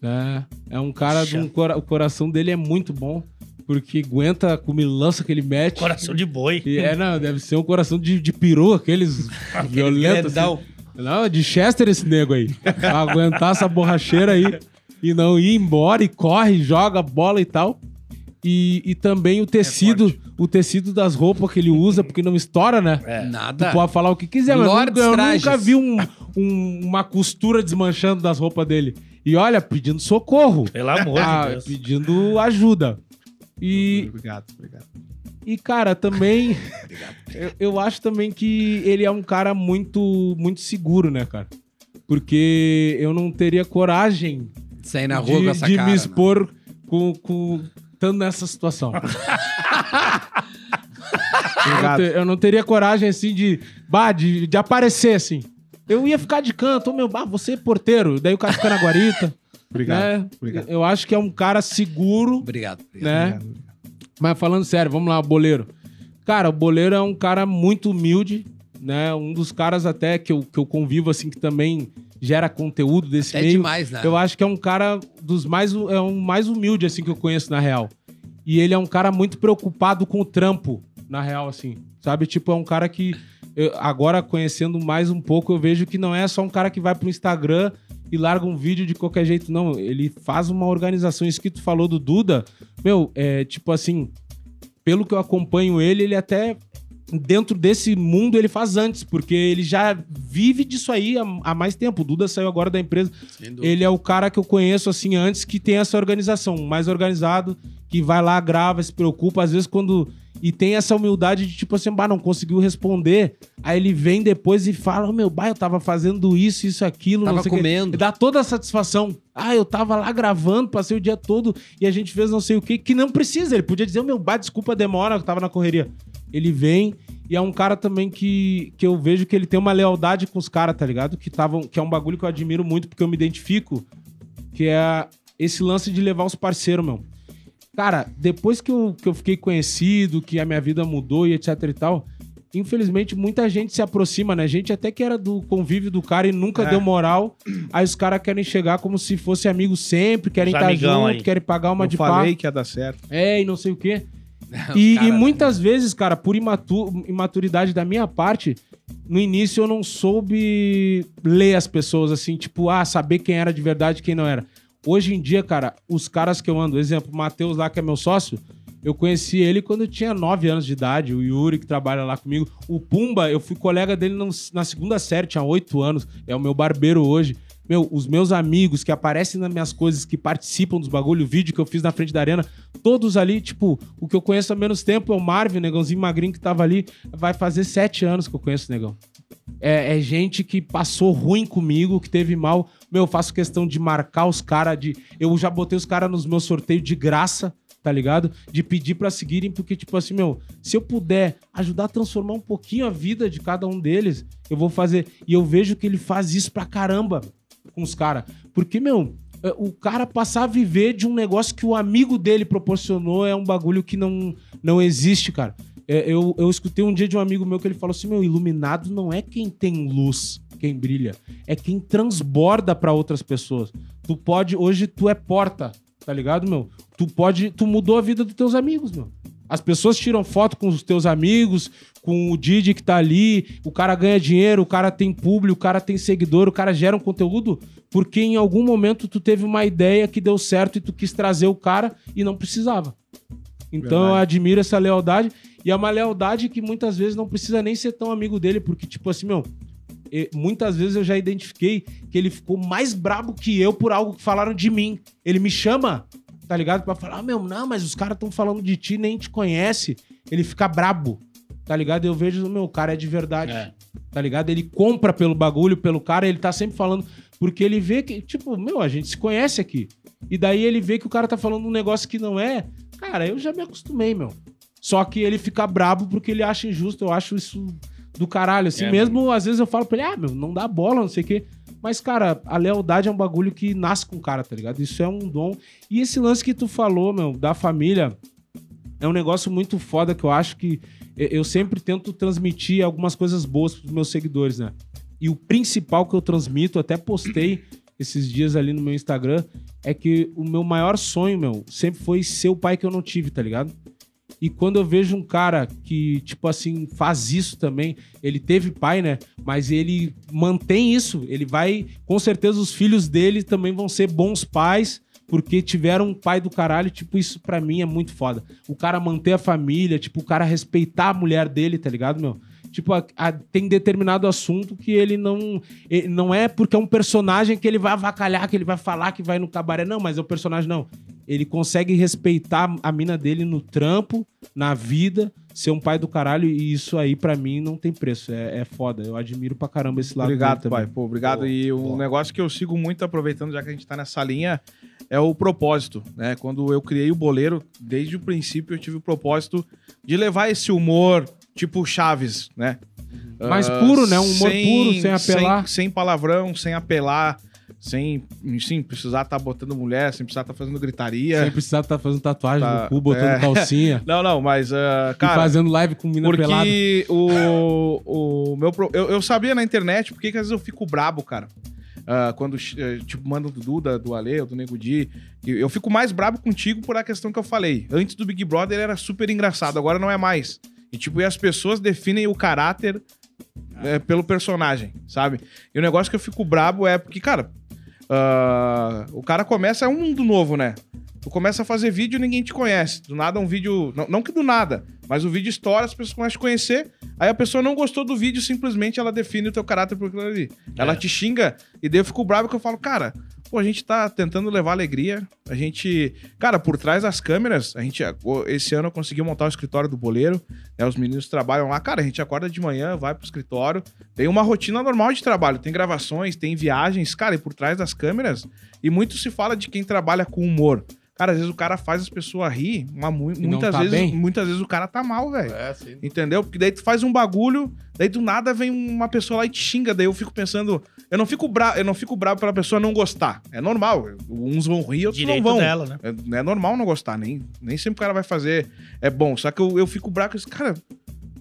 né? É um cara, de um Chato. cora- o coração dele é muito bom. Porque aguenta a comilança que ele mete. Coração de boi. E é, não, deve ser um coração de, de peru, aqueles violentos. grandão. Assim. Não, de Chester esse nego aí. Pra aguentar essa borracheira aí e não ir embora e corre, joga bola e tal. E, e também o É tecido, o tecido das roupas que ele usa, porque não estoura, né? É. Nada. Tá. Tu pode falar o que quiser, mas Lordes nunca- eu nunca trajes. vi um- um- uma costura desmanchando das roupas dele. E olha, pedindo socorro. Pelo amor Ah, de Deus. pedindo ajuda. E, Obrigado, obrigado. e cara, também. eu, eu acho também que ele é um cara muito, muito seguro, né, cara? Porque eu não teria coragem Sair na de, rua com essa de cara. me né? expor com, com estando nessa situação. Eu não te- Obrigado. eu não teria coragem assim de, bah, de, de aparecer assim. Eu ia ficar de canto, ô, meu, bah, você é porteiro, daí o cara fica na guarita. Obrigado. né? obrigado. Eu acho que é um cara seguro, Obrigado. obrigado. né? obrigado, obrigado. Mas falando sério, vamos lá, o Boleiro. Cara, o Boleiro é um cara muito humilde, né? Um dos caras até que eu, que eu convivo, assim, que também gera conteúdo desse Até meio. demais, né? Eu acho que é um cara dos mais... hu- É um mais humilde, assim, que eu conheço, na real. E ele é um cara muito preocupado com o trampo, na real, assim. Sabe? Tipo, é um cara que... eu- agora, conhecendo mais um pouco, eu vejo que não é só um cara que vai pro Instagram e larga um vídeo de qualquer jeito, não. Ele faz uma organização. Isso que tu falou do Duda, meu, é tipo assim... Pelo que eu acompanho ele, ele até... Dentro desse mundo ele faz antes, porque ele já vive disso aí há, há mais tempo. O Duda saiu agora da empresa Sem dúvida. ele é o cara que eu conheço assim antes que tem essa organização, mais organizado, que vai lá, grava, se preocupa, às vezes quando. E tem essa humildade de tipo assim, bah, não conseguiu responder. Aí ele vem depois e fala: "Ô, meu bah, eu tava fazendo isso, isso, aquilo, não Tava sei o quê." comendo. Dá toda a satisfação. Ah, eu tava lá gravando, passei o dia todo e a gente fez não sei o que, que não precisa. Ele podia dizer, meu, bah, desculpa, a demora, eu tava na correria. Ele vem e é um cara também que, que eu vejo que ele tem uma lealdade com os caras, tá ligado? Que, tavam, que é um bagulho que eu admiro muito porque eu me identifico, que é esse lance de levar os parceiros, meu. Cara, depois que eu, que eu fiquei conhecido, que a minha vida mudou e etc e tal, infelizmente muita gente se aproxima, né? Gente até que era do convívio do cara e nunca É. deu moral. Aí os caras querem chegar como se fosse amigo sempre, querem Os estar amigão junto, aí. querem pagar uma eu de falei pá. que ia dar certo. É, e não sei o quê. Os E, cara, né? e muitas vezes, cara, por imatu- imaturidade da minha parte, no início eu não soube ler as pessoas, assim, tipo, ah, saber quem era de verdade e quem não era. Hoje em dia, cara, os caras que eu ando, exemplo, o Matheus lá, que é meu sócio, eu conheci ele quando eu tinha 9 anos de idade, o Yuri, que trabalha lá comigo. O Pumba, eu fui colega dele no- na segunda série, tinha 8 anos, é o meu barbeiro hoje. Meu, os meus amigos que aparecem nas minhas coisas, que participam dos bagulho, o vídeo que eu fiz na frente da arena, todos ali, tipo, o que eu conheço há menos tempo é o Marvin, o negãozinho magrinho que tava ali, vai fazer sete anos que eu conheço o negão. É, é gente que passou ruim comigo, que teve mal. Meu, eu faço questão de marcar os caras, de. Eu já botei os caras nos meus sorteios de graça, tá ligado? De pedir pra seguirem, porque, tipo assim, meu, se eu puder ajudar a transformar um pouquinho a vida de cada um deles, eu vou fazer. E eu vejo que ele faz isso pra caramba com os caras. Porque, meu, é, o cara passar a viver de um negócio que o amigo dele proporcionou é um bagulho que não, não existe, cara. É, eu, eu escutei um dia de um amigo meu que ele falou assim: meu, iluminado não é quem tem luz, quem brilha, é quem transborda pra outras pessoas. Tu pode, hoje tu é porta, tá ligado, meu? Tu pode, tu mudou a vida dos teus amigos, meu. As pessoas tiram foto com os teus amigos, com o Didi que tá ali, o cara ganha dinheiro, o cara tem público, o cara tem seguidor, o cara gera um conteúdo, porque em algum momento tu teve uma ideia que deu certo e tu quis trazer o cara e não precisava. Então eu Verdade. admiro essa lealdade e é uma lealdade que muitas vezes não precisa nem ser tão amigo dele, porque tipo assim, meu, e muitas vezes eu já identifiquei que ele ficou mais brabo que eu por algo que falaram de mim. Ele me chama, tá ligado? Pra falar, ah, meu, não, mas os caras estão falando de ti, nem te conhece. Ele fica brabo, tá ligado? Eu vejo, meu, o cara é de verdade, É. tá ligado? Ele compra pelo bagulho, pelo cara, ele tá sempre falando, porque ele vê que, tipo, meu, a gente se conhece aqui. E daí ele vê que o cara tá falando um negócio que não é. Cara, eu já me acostumei, meu. Só que ele fica brabo porque ele acha injusto. Eu acho isso do caralho. Assim É, mesmo, às vezes eu falo pra ele, ah, meu, não dá bola, não sei o quê. Mas, cara, a lealdade é um bagulho que nasce com o cara, tá ligado? Isso é um dom. E esse lance que tu falou, meu, da família, é um negócio muito foda que eu acho que eu eu sempre tento transmitir algumas coisas boas pros meus seguidores, né? E o principal que eu transmito, até postei esses dias ali no meu Instagram é que o meu maior sonho, meu, sempre foi ser o pai que eu não tive, tá ligado? E quando eu vejo um cara que, tipo assim, faz isso também, ele teve pai, né? Mas ele mantém isso, ele vai, com certeza os filhos dele também vão ser bons pais, porque tiveram um pai do caralho, tipo, isso pra mim é muito foda. O cara manter a família, tipo, o cara respeitar a mulher dele, tá ligado, meu? Tipo, a- a- tem determinado assunto que ele não. ele- não é porque é um personagem que ele vai avacalhar, que ele vai falar, que vai no cabaré. Não, mas é o personagem, não. Ele consegue respeitar a mina dele no trampo, na vida, ser um pai do caralho, e isso aí, pra mim, não tem preço. É, é foda. Eu admiro pra caramba esse lado Obrigado, dele pai. também. Pô, obrigado. Pô, e um pô. negócio que eu sigo muito, aproveitando já que a gente tá nessa linha, é o propósito, né? Quando eu criei o Boleiro, desde o princípio eu tive o propósito de levar esse humor tipo Chaves, né? Mais Ah, puro, né? Um humor puro, sem Sem, apelar. sem palavrão, sem apelar, sem, sim, precisar estar botando mulher, sem precisar estar fazendo gritaria. Sem precisar estar fazendo tatuagem Tá, no cu, botando é. calcinha. Não, não, mas, ah, e cara... fazendo live com mina pelada. Porque o, o meu. pro- Eu, eu sabia na internet porque que às vezes eu fico brabo, cara. Ah, quando, eh, tipo, manda o Dudu, da- do Ale, do Nego Di. E Eu fico mais brabo contigo por a questão que eu falei. Antes do Big Brother era super engraçado, agora não é mais. E, tipo, e as pessoas definem o caráter Ah. eh, pelo personagem, sabe? E o negócio que eu fico brabo é porque, cara, ah, o cara começa, é um mundo novo, né? Tu começa a fazer vídeo e ninguém te conhece. Do nada um vídeo. Não, não que do nada, mas o vídeo estoura, as pessoas começam a te conhecer. Aí a pessoa não gostou do vídeo, simplesmente ela define o teu caráter por aquilo ali. Ela te xinga e daí eu fico bravo que eu falo, cara. Pô, a gente tá tentando levar alegria. A gente. Cara, por trás das câmeras, a gente. Esse ano eu consegui montar o escritório do boleiro. Né, os meninos trabalham lá. Cara, a gente acorda de manhã, vai pro escritório. Tem uma rotina normal de trabalho. Tem gravações, tem viagens. Cara, e por trás das câmeras. E muito se fala de quem trabalha com humor. Cara, às vezes o cara faz as pessoas rir, mas mu- não muitas, tá vezes, bem? muitas vezes o cara tá mal, velho. É, sim. Entendeu? Porque daí tu faz um bagulho, daí do nada vem uma pessoa lá e te xinga, daí eu fico pensando, eu não fico bravo, eu não fico bravo pela pessoa não gostar. É normal, uns vão rir, outros Direito não vão. dela, né? É, é normal não gostar, nem, nem sempre o cara vai fazer é bom, só que eu, eu fico bravo com esse cara.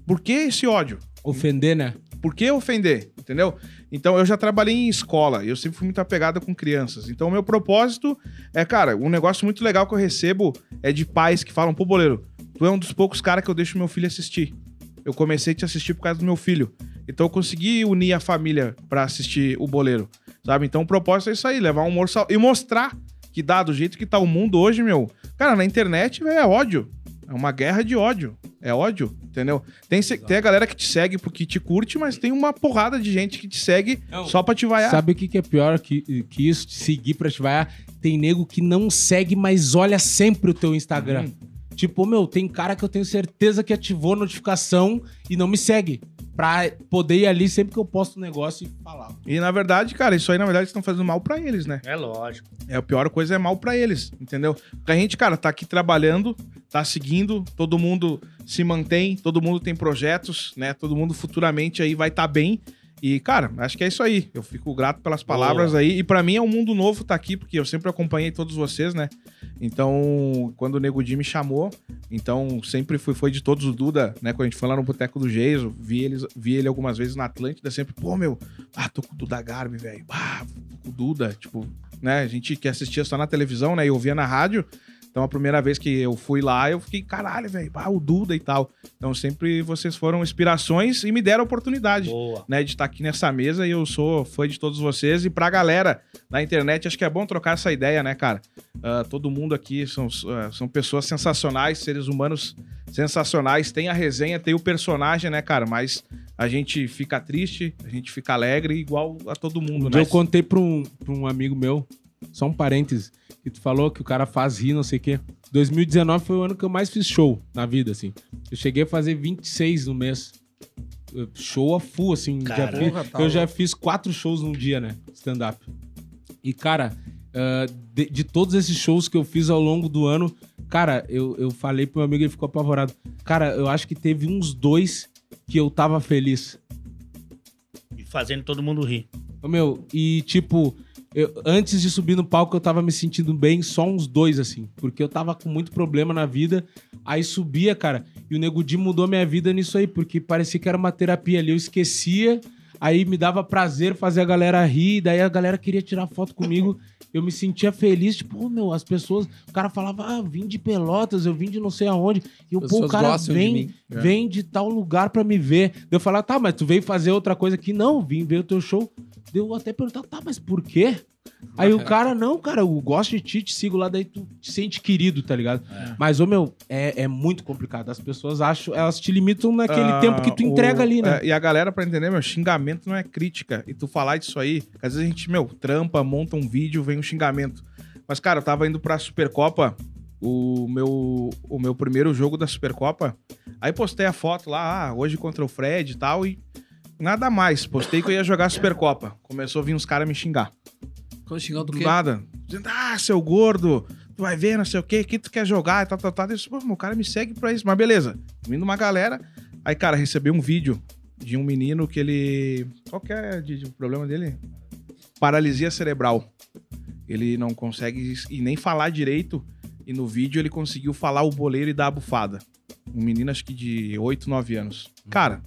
Por que esse ódio? Ofender, né? Por que ofender? Entendeu? Então, eu já trabalhei em escola, eu sempre fui muito apegado com crianças. Então, o meu propósito é, cara, um negócio muito legal que eu recebo é de pais que falam, pô, boleiro, tu é um dos poucos caras que eu deixo meu filho assistir. Eu comecei a te assistir por causa do meu filho. Então, eu consegui unir a família pra assistir o boleiro, sabe? Então, o propósito é isso aí, levar um humor sal... e mostrar que dá do jeito que tá o mundo hoje, meu. Cara, na internet, velho, é ódio. É uma guerra de ódio. É ódio, entendeu? Tem, se- tem a galera que te segue porque te curte, mas tem uma porrada de gente que te segue Não. só pra te vaiar. Sabe o que, que é pior que, que isso? Te Seguir pra te vaiar? Tem nego que não segue, mas olha sempre o teu Instagram. Tipo, ô, meu, tem cara que eu tenho certeza que ativou a notificação e não me segue. Pra poder ir ali sempre que eu posto um negócio e falar. E na verdade, cara, isso aí na verdade estão fazendo mal pra eles, né? É lógico. É a pior coisa é mal pra eles, entendeu? Porque a gente, cara, tá aqui trabalhando, tá seguindo, todo mundo se mantém, todo mundo tem projetos, né? Todo mundo futuramente aí vai estar tá bem. E, cara, acho que é isso aí. Eu fico grato pelas palavras aí. E pra mim é um mundo novo tá aqui, porque eu sempre acompanhei todos vocês, né? Então, quando o Nego Di me chamou, então sempre fui, foi de todos o Duda, né? Quando a gente foi lá no Boteco do Geiso, vi, eles, vi ele algumas vezes na Atlântida, sempre, pô, meu, ah, tô com o Duda Garbi, velho. Ah, tô com o Duda, tipo, né? A gente que assistia só na televisão, né? E ouvia na rádio. Então, a primeira vez que eu fui lá, eu fiquei, caralho, velho, ah, o Duda e tal. Então, sempre vocês foram inspirações e me deram a oportunidade Boa. né, de estar aqui nessa mesa e eu sou fã de todos vocês. E pra galera na internet, acho que é bom trocar essa ideia, né, cara? Ah, todo mundo aqui são, ah, são pessoas sensacionais, seres humanos sensacionais. Tem a resenha, tem o personagem, né, cara? Mas a gente fica triste, a gente fica alegre, igual a todo mundo, né? Eu contei pra um, pra um amigo meu, só um parêntese, que tu falou que o cara faz rir, não sei o quê. 2019 foi o ano que eu mais fiz show na vida, assim. Eu cheguei a fazer 26 no mês. Eu- Show a full, assim. Já Caramba, fiz, tá eu já fiz quatro shows num dia, né? Stand-up. E, cara, ah, de, de todos esses shows que eu fiz ao longo do ano, cara, eu, eu falei pro meu amigo, ele ficou apavorado. Cara, eu acho que teve uns dois que eu tava feliz. E fazendo todo mundo rir. Ô, Meu, e tipo, eu- antes de subir no palco eu tava me sentindo bem, só uns dois, assim. Porque eu tava com muito problema na vida. Aí subia, cara, e o Nego Di mudou minha vida nisso aí, porque parecia que era uma terapia ali. Eu esquecia Aí me dava prazer fazer a galera rir, daí a galera queria tirar foto comigo. Eu me sentia feliz, tipo, "Ô, meu, as pessoas. O cara falava, ah, vim de Pelotas, eu vim de não sei aonde. E eu, As pô, o pessoas cara gostam de vem, mim. né? É. vem de tal lugar pra me ver. Daí Eu falava, tá, mas tu veio fazer outra coisa aqui? Não, vim ver o teu show. Daí Eu até perguntava, tá, mas por quê? Aí o cara, não, cara, eu gosto de ti, te sigo lá, daí tu te sente querido, tá ligado? Mas, ô meu, é, é muito complicado. As pessoas acham, elas te limitam naquele Ah, tempo que tu o- entrega ali, né? é, e a galera, pra entender, meu, xingamento não é crítica. E tu falar disso aí, às vezes a gente, meu, trampa, monta um vídeo, vem um xingamento. Mas, cara, eu tava indo pra Supercopa, o meu, o meu primeiro jogo da Supercopa. Aí postei a foto lá, ah, hoje contra o Fred e tal, e nada mais. Postei que eu ia jogar a Supercopa. Começou a vir uns caras me xingar. Quando xingando Do do quê? nada. Dizendo, ah, seu gordo, tu vai ver, não sei o quê, que tu quer jogar e tal, tal, tal. Eu disse, pô, meu cara me segue pra isso. Mas beleza, vindo uma galera. Aí, cara, recebi um vídeo de um menino que ele. Qual que é Didi, o problema dele? Paralisia cerebral. Ele não consegue s- e nem falar direito. E no vídeo ele conseguiu falar o boleiro e dar a bufada. Um menino, acho que de 8, 9 anos. Cara,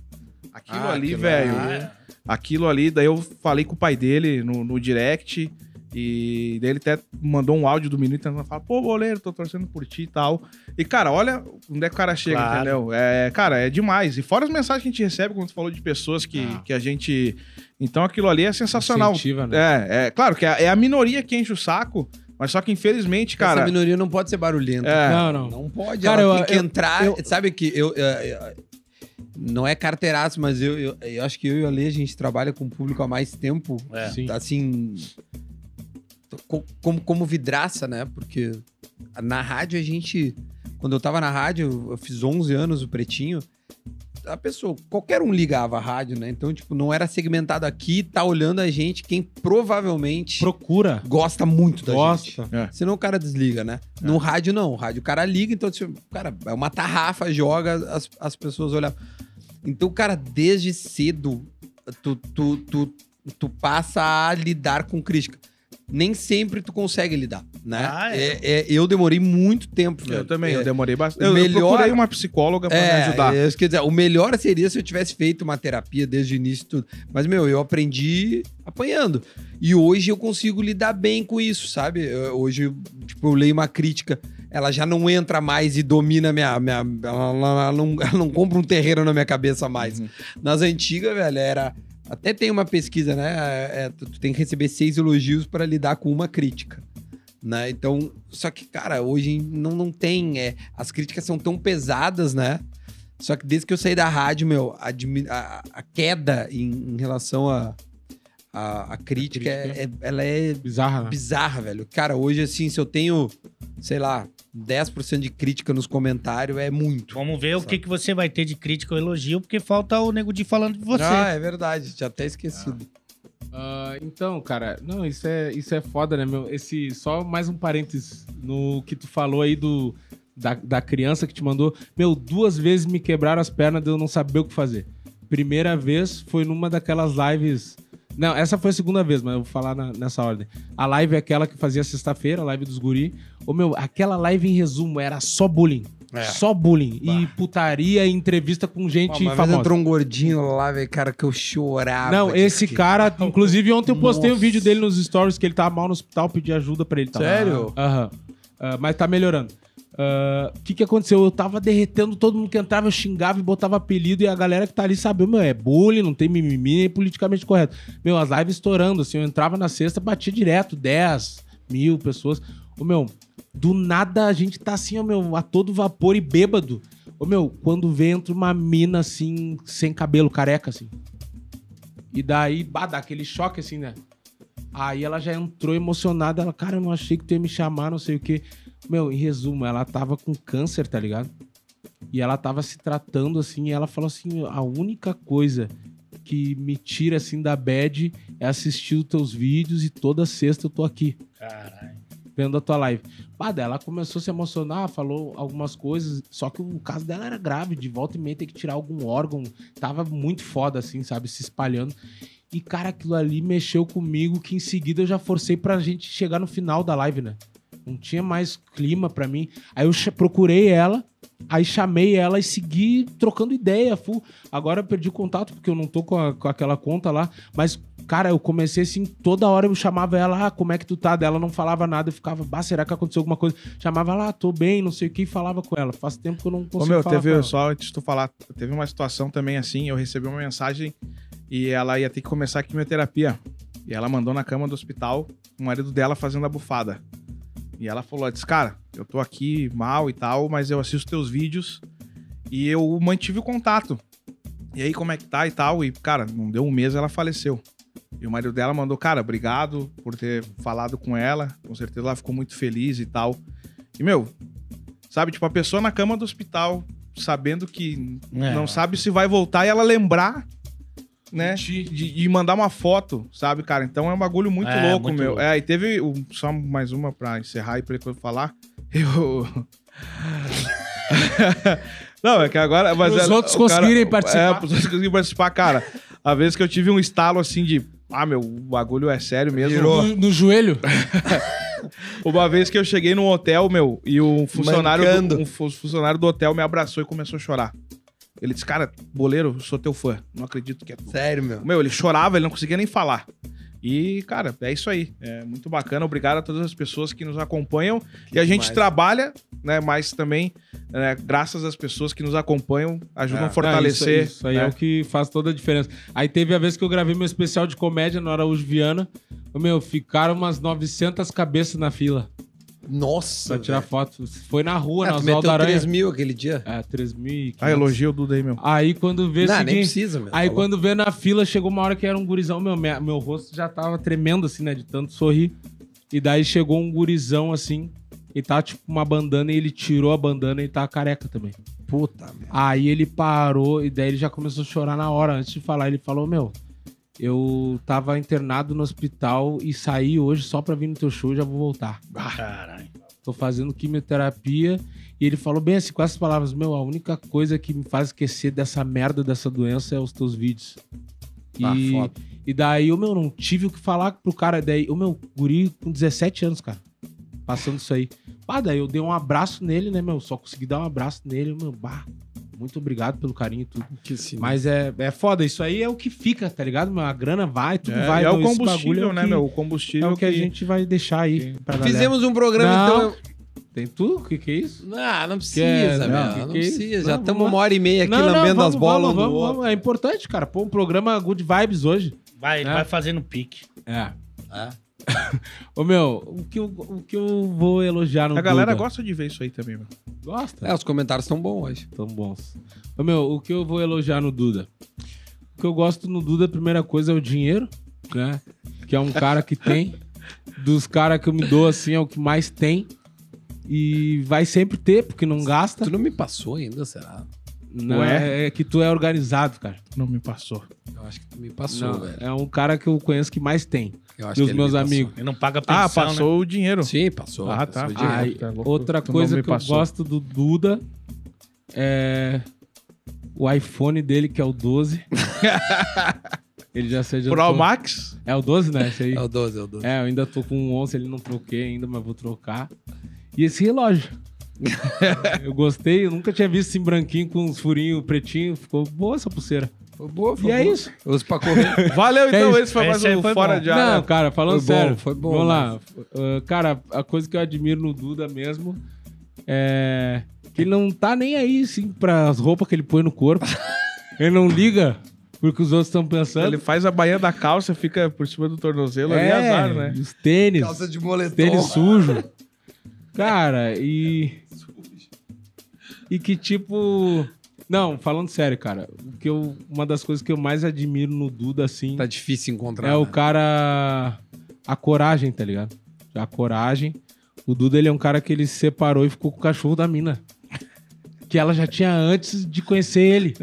aquilo Ah, ali, aquilo velho ali. aquilo ali. Daí eu falei com o pai dele no, no direct. E daí ele até mandou um áudio do menino tentando falar, pô, goleiro, tô torcendo por ti e tal. E, cara, olha onde é que o cara chega, Claro. entendeu? É, cara, é demais. E fora as mensagens que a gente recebe, como tu falou, de pessoas que, Ah. que a gente. Então aquilo ali é sensacional. Incentiva, né? É, é, claro que é é a minoria que enche o saco, mas só que infelizmente, cara. Essa minoria não pode ser barulhenta. É. Não, não. Não pode, Cara, ela eu- tem que eu- entrar. eu- sabe que eu, eu- eu- Não é carteiraço, mas eu, eu, eu acho que eu e o Ale, a gente trabalha com o público há mais tempo. É. Sim. Assim. co- Como, como vidraça, né? Porque na rádio a gente. Quando eu tava na rádio, eu fiz 11 anos o Pretinho. A pessoa, qualquer um ligava a rádio, né? Então, tipo, não era segmentado aqui, tá olhando a gente, quem provavelmente Procura. gosta muito da gente. Gosta. Senão o cara desliga, né? No rádio, não. O rádio o cara liga, então, tipo, cara, é uma tarrafa, joga, as, as pessoas olham. Então, cara, desde cedo, tu, tu, tu, tu passa a lidar com crítica. Nem sempre tu consegue lidar, né? Ah, é. é. é- eu demorei muito tempo, velho. Eu também, É, eu demorei bastante. o Eu, eu melhor- procurei uma psicóloga pra me ajudar. é, isso quer dizer, o melhor seria se eu tivesse feito uma terapia desde o início e tudo. Mas, meu, eu aprendi apanhando. E hoje eu consigo lidar bem com isso, sabe? Eu- hoje, tipo, eu leio uma crítica, ela já não entra mais e domina minha. minha ela, ela não, ela não compra um terreiro na minha cabeça mais. Nas antigas, velho, era. Até tem uma pesquisa, né? É, tu, tu tem que receber seis elogios para lidar com uma crítica. Né? Então, só que, cara, hoje não, não tem. é, as críticas são tão pesadas, né? Só que desde que eu saí da rádio, meu, a, dimi- a- a queda em, em relação à a, a crítica, é- é- ela é Bizarra, né? bizarra, velho. Cara, hoje, assim, se eu tenho, sei lá, 10% de crítica nos comentários, é muito. Vamos ver o que, que você vai ter de crítica ou elogio, porque falta o Nego de falando de você. Ah, é verdade. Tinha até esquecido. Ah, então, cara, não, isso é, isso é foda, né, meu? Esse, só mais um parênteses no que tu falou aí do, da, da criança que te mandou. Meu, duas vezes me quebraram as pernas de eu não saber o que fazer. Primeira vez foi numa daquelas lives. Não, essa foi a segunda vez, mas eu vou falar na- nessa ordem. A live é aquela que fazia sexta-feira, a live dos guri. Ô, meu, aquela live em resumo era só bullying. É. Só bullying. E putaria e entrevista com Pô, gente uma vez famosa. entrou um gordinho lá, velho, cara, que eu chorava. Não, de esse rir. cara, inclusive ontem eu postei um Nossa. vídeo dele nos stories que ele tava mal no hospital, pedi ajuda pra ele. Tá? Sério? Aham. Ah, mas tá melhorando. Ah, O que que aconteceu? Eu tava derretendo todo mundo que entrava, eu xingava e botava apelido e a galera que tá ali sabia, meu, é bullying, não tem mimimi, é politicamente correto. Meu, as lives estourando, assim, eu entrava na sexta, batia direto, 10 mil pessoas. Ô, meu, do nada a gente tá assim, ó, meu, a todo vapor e bêbado. Ô, meu, quando vem, entra uma mina, assim, sem cabelo, careca, assim. E daí, bah, dá aquele choque assim, né? Aí ela já entrou emocionada. Ela, cara, eu não achei que tu ia me chamar, não sei o quê. Meu, em resumo, ela tava com câncer, tá ligado? E ela tava se tratando assim. E ela falou assim: a única coisa que me tira assim da bad é assistir os teus vídeos e toda sexta eu tô aqui Caralho. vendo a tua live. Bah, daí ela começou a se emocionar, falou algumas coisas, só que o caso dela era grave, de volta e meia tem que tirar algum órgão, tava muito foda assim, sabe, se espalhando. E cara, aquilo ali mexeu comigo que em seguida eu já forcei pra gente chegar no final da live, né? Não tinha mais clima pra mim. Aí eu cha- procurei ela, aí chamei ela e segui trocando ideia. Fu. Agora eu perdi o contato porque eu não tô com, a- com aquela conta lá. Mas, cara, eu comecei assim, toda hora eu chamava ela, ah, como é que tu tá? Dela não falava nada, eu ficava, bah, será que aconteceu alguma coisa? Chamava ela, ah, tô bem, não sei o que, e falava com ela. Faz tempo que eu não Ô, consigo meu, falar com teve, um ela. só antes de tu falar, teve uma situação também assim, eu recebi uma mensagem e ela ia ter que começar a quimioterapia. E ela mandou na cama do hospital o marido dela fazendo a bufada. E ela falou, ela disse, cara, eu tô aqui mal e tal, mas eu assisto teus vídeos e eu mantive o contato. E aí, como é que tá e tal? E, cara, não deu um mês, ela faleceu. E o marido dela mandou, cara, obrigado por ter falado com ela. Com certeza ela ficou muito feliz e tal. E, meu, sabe, tipo, a pessoa na cama do hospital, sabendo que É. não sabe se vai voltar e ela lembrar, né? Ti. De, e mandar uma foto, sabe, cara? Então é um bagulho muito É, louco, muito meu. louco. É, e teve. um- só mais uma pra encerrar e pra eu falar. Eu. Não, é que agora. Mas Os ela- outros o cara- conseguirem É, participar. os outros conseguirem participar, cara. A vez que eu tive um estalo assim de. Ah, meu, o bagulho é sério mesmo. No, no joelho? Uma vez que eu cheguei num hotel, meu, e um funcionário, Mancando. do, um fu- funcionário do hotel me abraçou e começou a chorar. Ele disse, cara, boleiro, eu sou teu fã. Não acredito que é tu. Sério, meu. Meu, ele chorava, ele não conseguia nem falar. E, cara, é isso aí. É muito bacana. Obrigado a todas as pessoas que nos acompanham. e a gente demais. trabalha, né? Mas também, né, graças às pessoas que nos acompanham, ajudam a É, fortalecer. isso, isso aí né? é. o que faz toda a diferença. Aí teve a vez que eu gravei meu especial de comédia no Araújo Viana. Ô, Meu, ficaram umas 900 cabeças na fila Nossa. pra tirar velho. foto. Foi na rua, é Ah, na tu Oswaldo meteu Aranha. 3 mil aquele dia. É, 3.500. Ah, elogio o Duda aí, meu. Aí quando vê o Não, nem seguinte... precisa, meu. tá Aí Falou. quando vê na fila, chegou uma hora que era um gurizão, meu, minha- meu rosto já tava tremendo, assim, né? De tanto sorrir. E daí chegou um gurizão, assim, e tá tipo uma bandana, e ele tirou a bandana e tá careca também. Puta, meu. Aí ele parou e daí ele já começou a chorar na hora. Antes de falar, ele falou: Meu, eu tava internado no hospital e saí hoje só pra vir no teu show já vou voltar. Caralho. Tô fazendo quimioterapia. E ele falou bem assim, com essas palavras: Meu, a única coisa que me faz esquecer dessa merda, dessa doença, é os teus vídeos. Ah, Tá e, foda. e daí, eu, meu, não tive o que falar pro cara. Daí, o meu guri com 17 anos, cara, passando isso aí. Ah, daí eu dei um abraço nele, né, meu? Só consegui dar um abraço nele, meu, bah. Muito obrigado pelo carinho e tudo. Que sim. Mas é, é foda, isso aí é o que fica, tá ligado? meu? A grana vai, tudo É, vai. e é o meu, esse combustível, bagulho é o né, que- meu? O É combustível o que a gente vai deixar aí pra galera. Fizemos um programa, Não. então. Ah, Tem tu? O que, que é isso? Não, não Quer- precisa, não, meu. que não que é isso? precisa. Não, Já vamos estamos lá. uma hora e meia aqui lambendo as bolas um do vamos, outro. vamos. É importante, cara. Pô, um programa Good Vibes hoje. Vai, ele É. vai fazendo pique. É. É. Ô, meu, o que eu, o que eu vou elogiar no A galera Duda? gosta de ver isso aí também, meu. Gosta? É, os comentários estão bons hoje. Tão bons. Ô, meu, o que eu vou elogiar no Duda? O que eu gosto no Duda, a primeira coisa é o dinheiro, né? Que é um cara que tem. Dos caras que eu me dou, assim, é o que mais tem. E vai sempre ter, porque não gasta. Tu não me passou ainda, será? Não, Ué? é que tu é organizado, cara. Não me passou. Eu acho que tu me passou, Não, velho. é um cara que eu conheço que mais tem. Eu acho dos que ele meus me passou. amigos. Ele não paga pensão, Ah, né? passou o dinheiro. Sim, passou. Ah, tá. passou de- Ah, Aí, tá louco. outra Tu não coisa me que eu passou. gosto do Duda é o iPhone dele, que é o 12. ele já seja. Pro Max? É o 12, né? Esse aí. É o 12, é o 12. É, eu ainda tô com um 11, ele não troquei ainda, mas vou trocar. E esse relógio. eu gostei, eu nunca tinha visto assim branquinho com uns furinhos pretinho. Ficou boa essa pulseira. Foi boa, E é boa. isso. É Eu uso pra correr. Valeu, então. isso. Esse foi mais Esse aí um foi Fora bom. de Área. Não, cara, falando né? Foi bom, sério. foi bom, Vamos lá. Uh, cara, a coisa que eu admiro no Duda mesmo é que ele não tá nem aí, sim, pras roupas que ele põe no corpo. ele não liga porque os outros estão pensando. Ele faz a bainha da calça, fica por cima do tornozelo ali, é, azar, né? Os tênis, de moletom. tênis sujo. Cara, É, e... E que tipo... Não, falando sério, cara, o que eu, uma das coisas que eu mais admiro no Duda, assim, Tá difícil encontrar. é o né? cara. A coragem, tá ligado? A coragem. O Duda, ele é um cara que ele se separou e ficou com o cachorro da mina. Que ela já tinha antes de conhecer ele.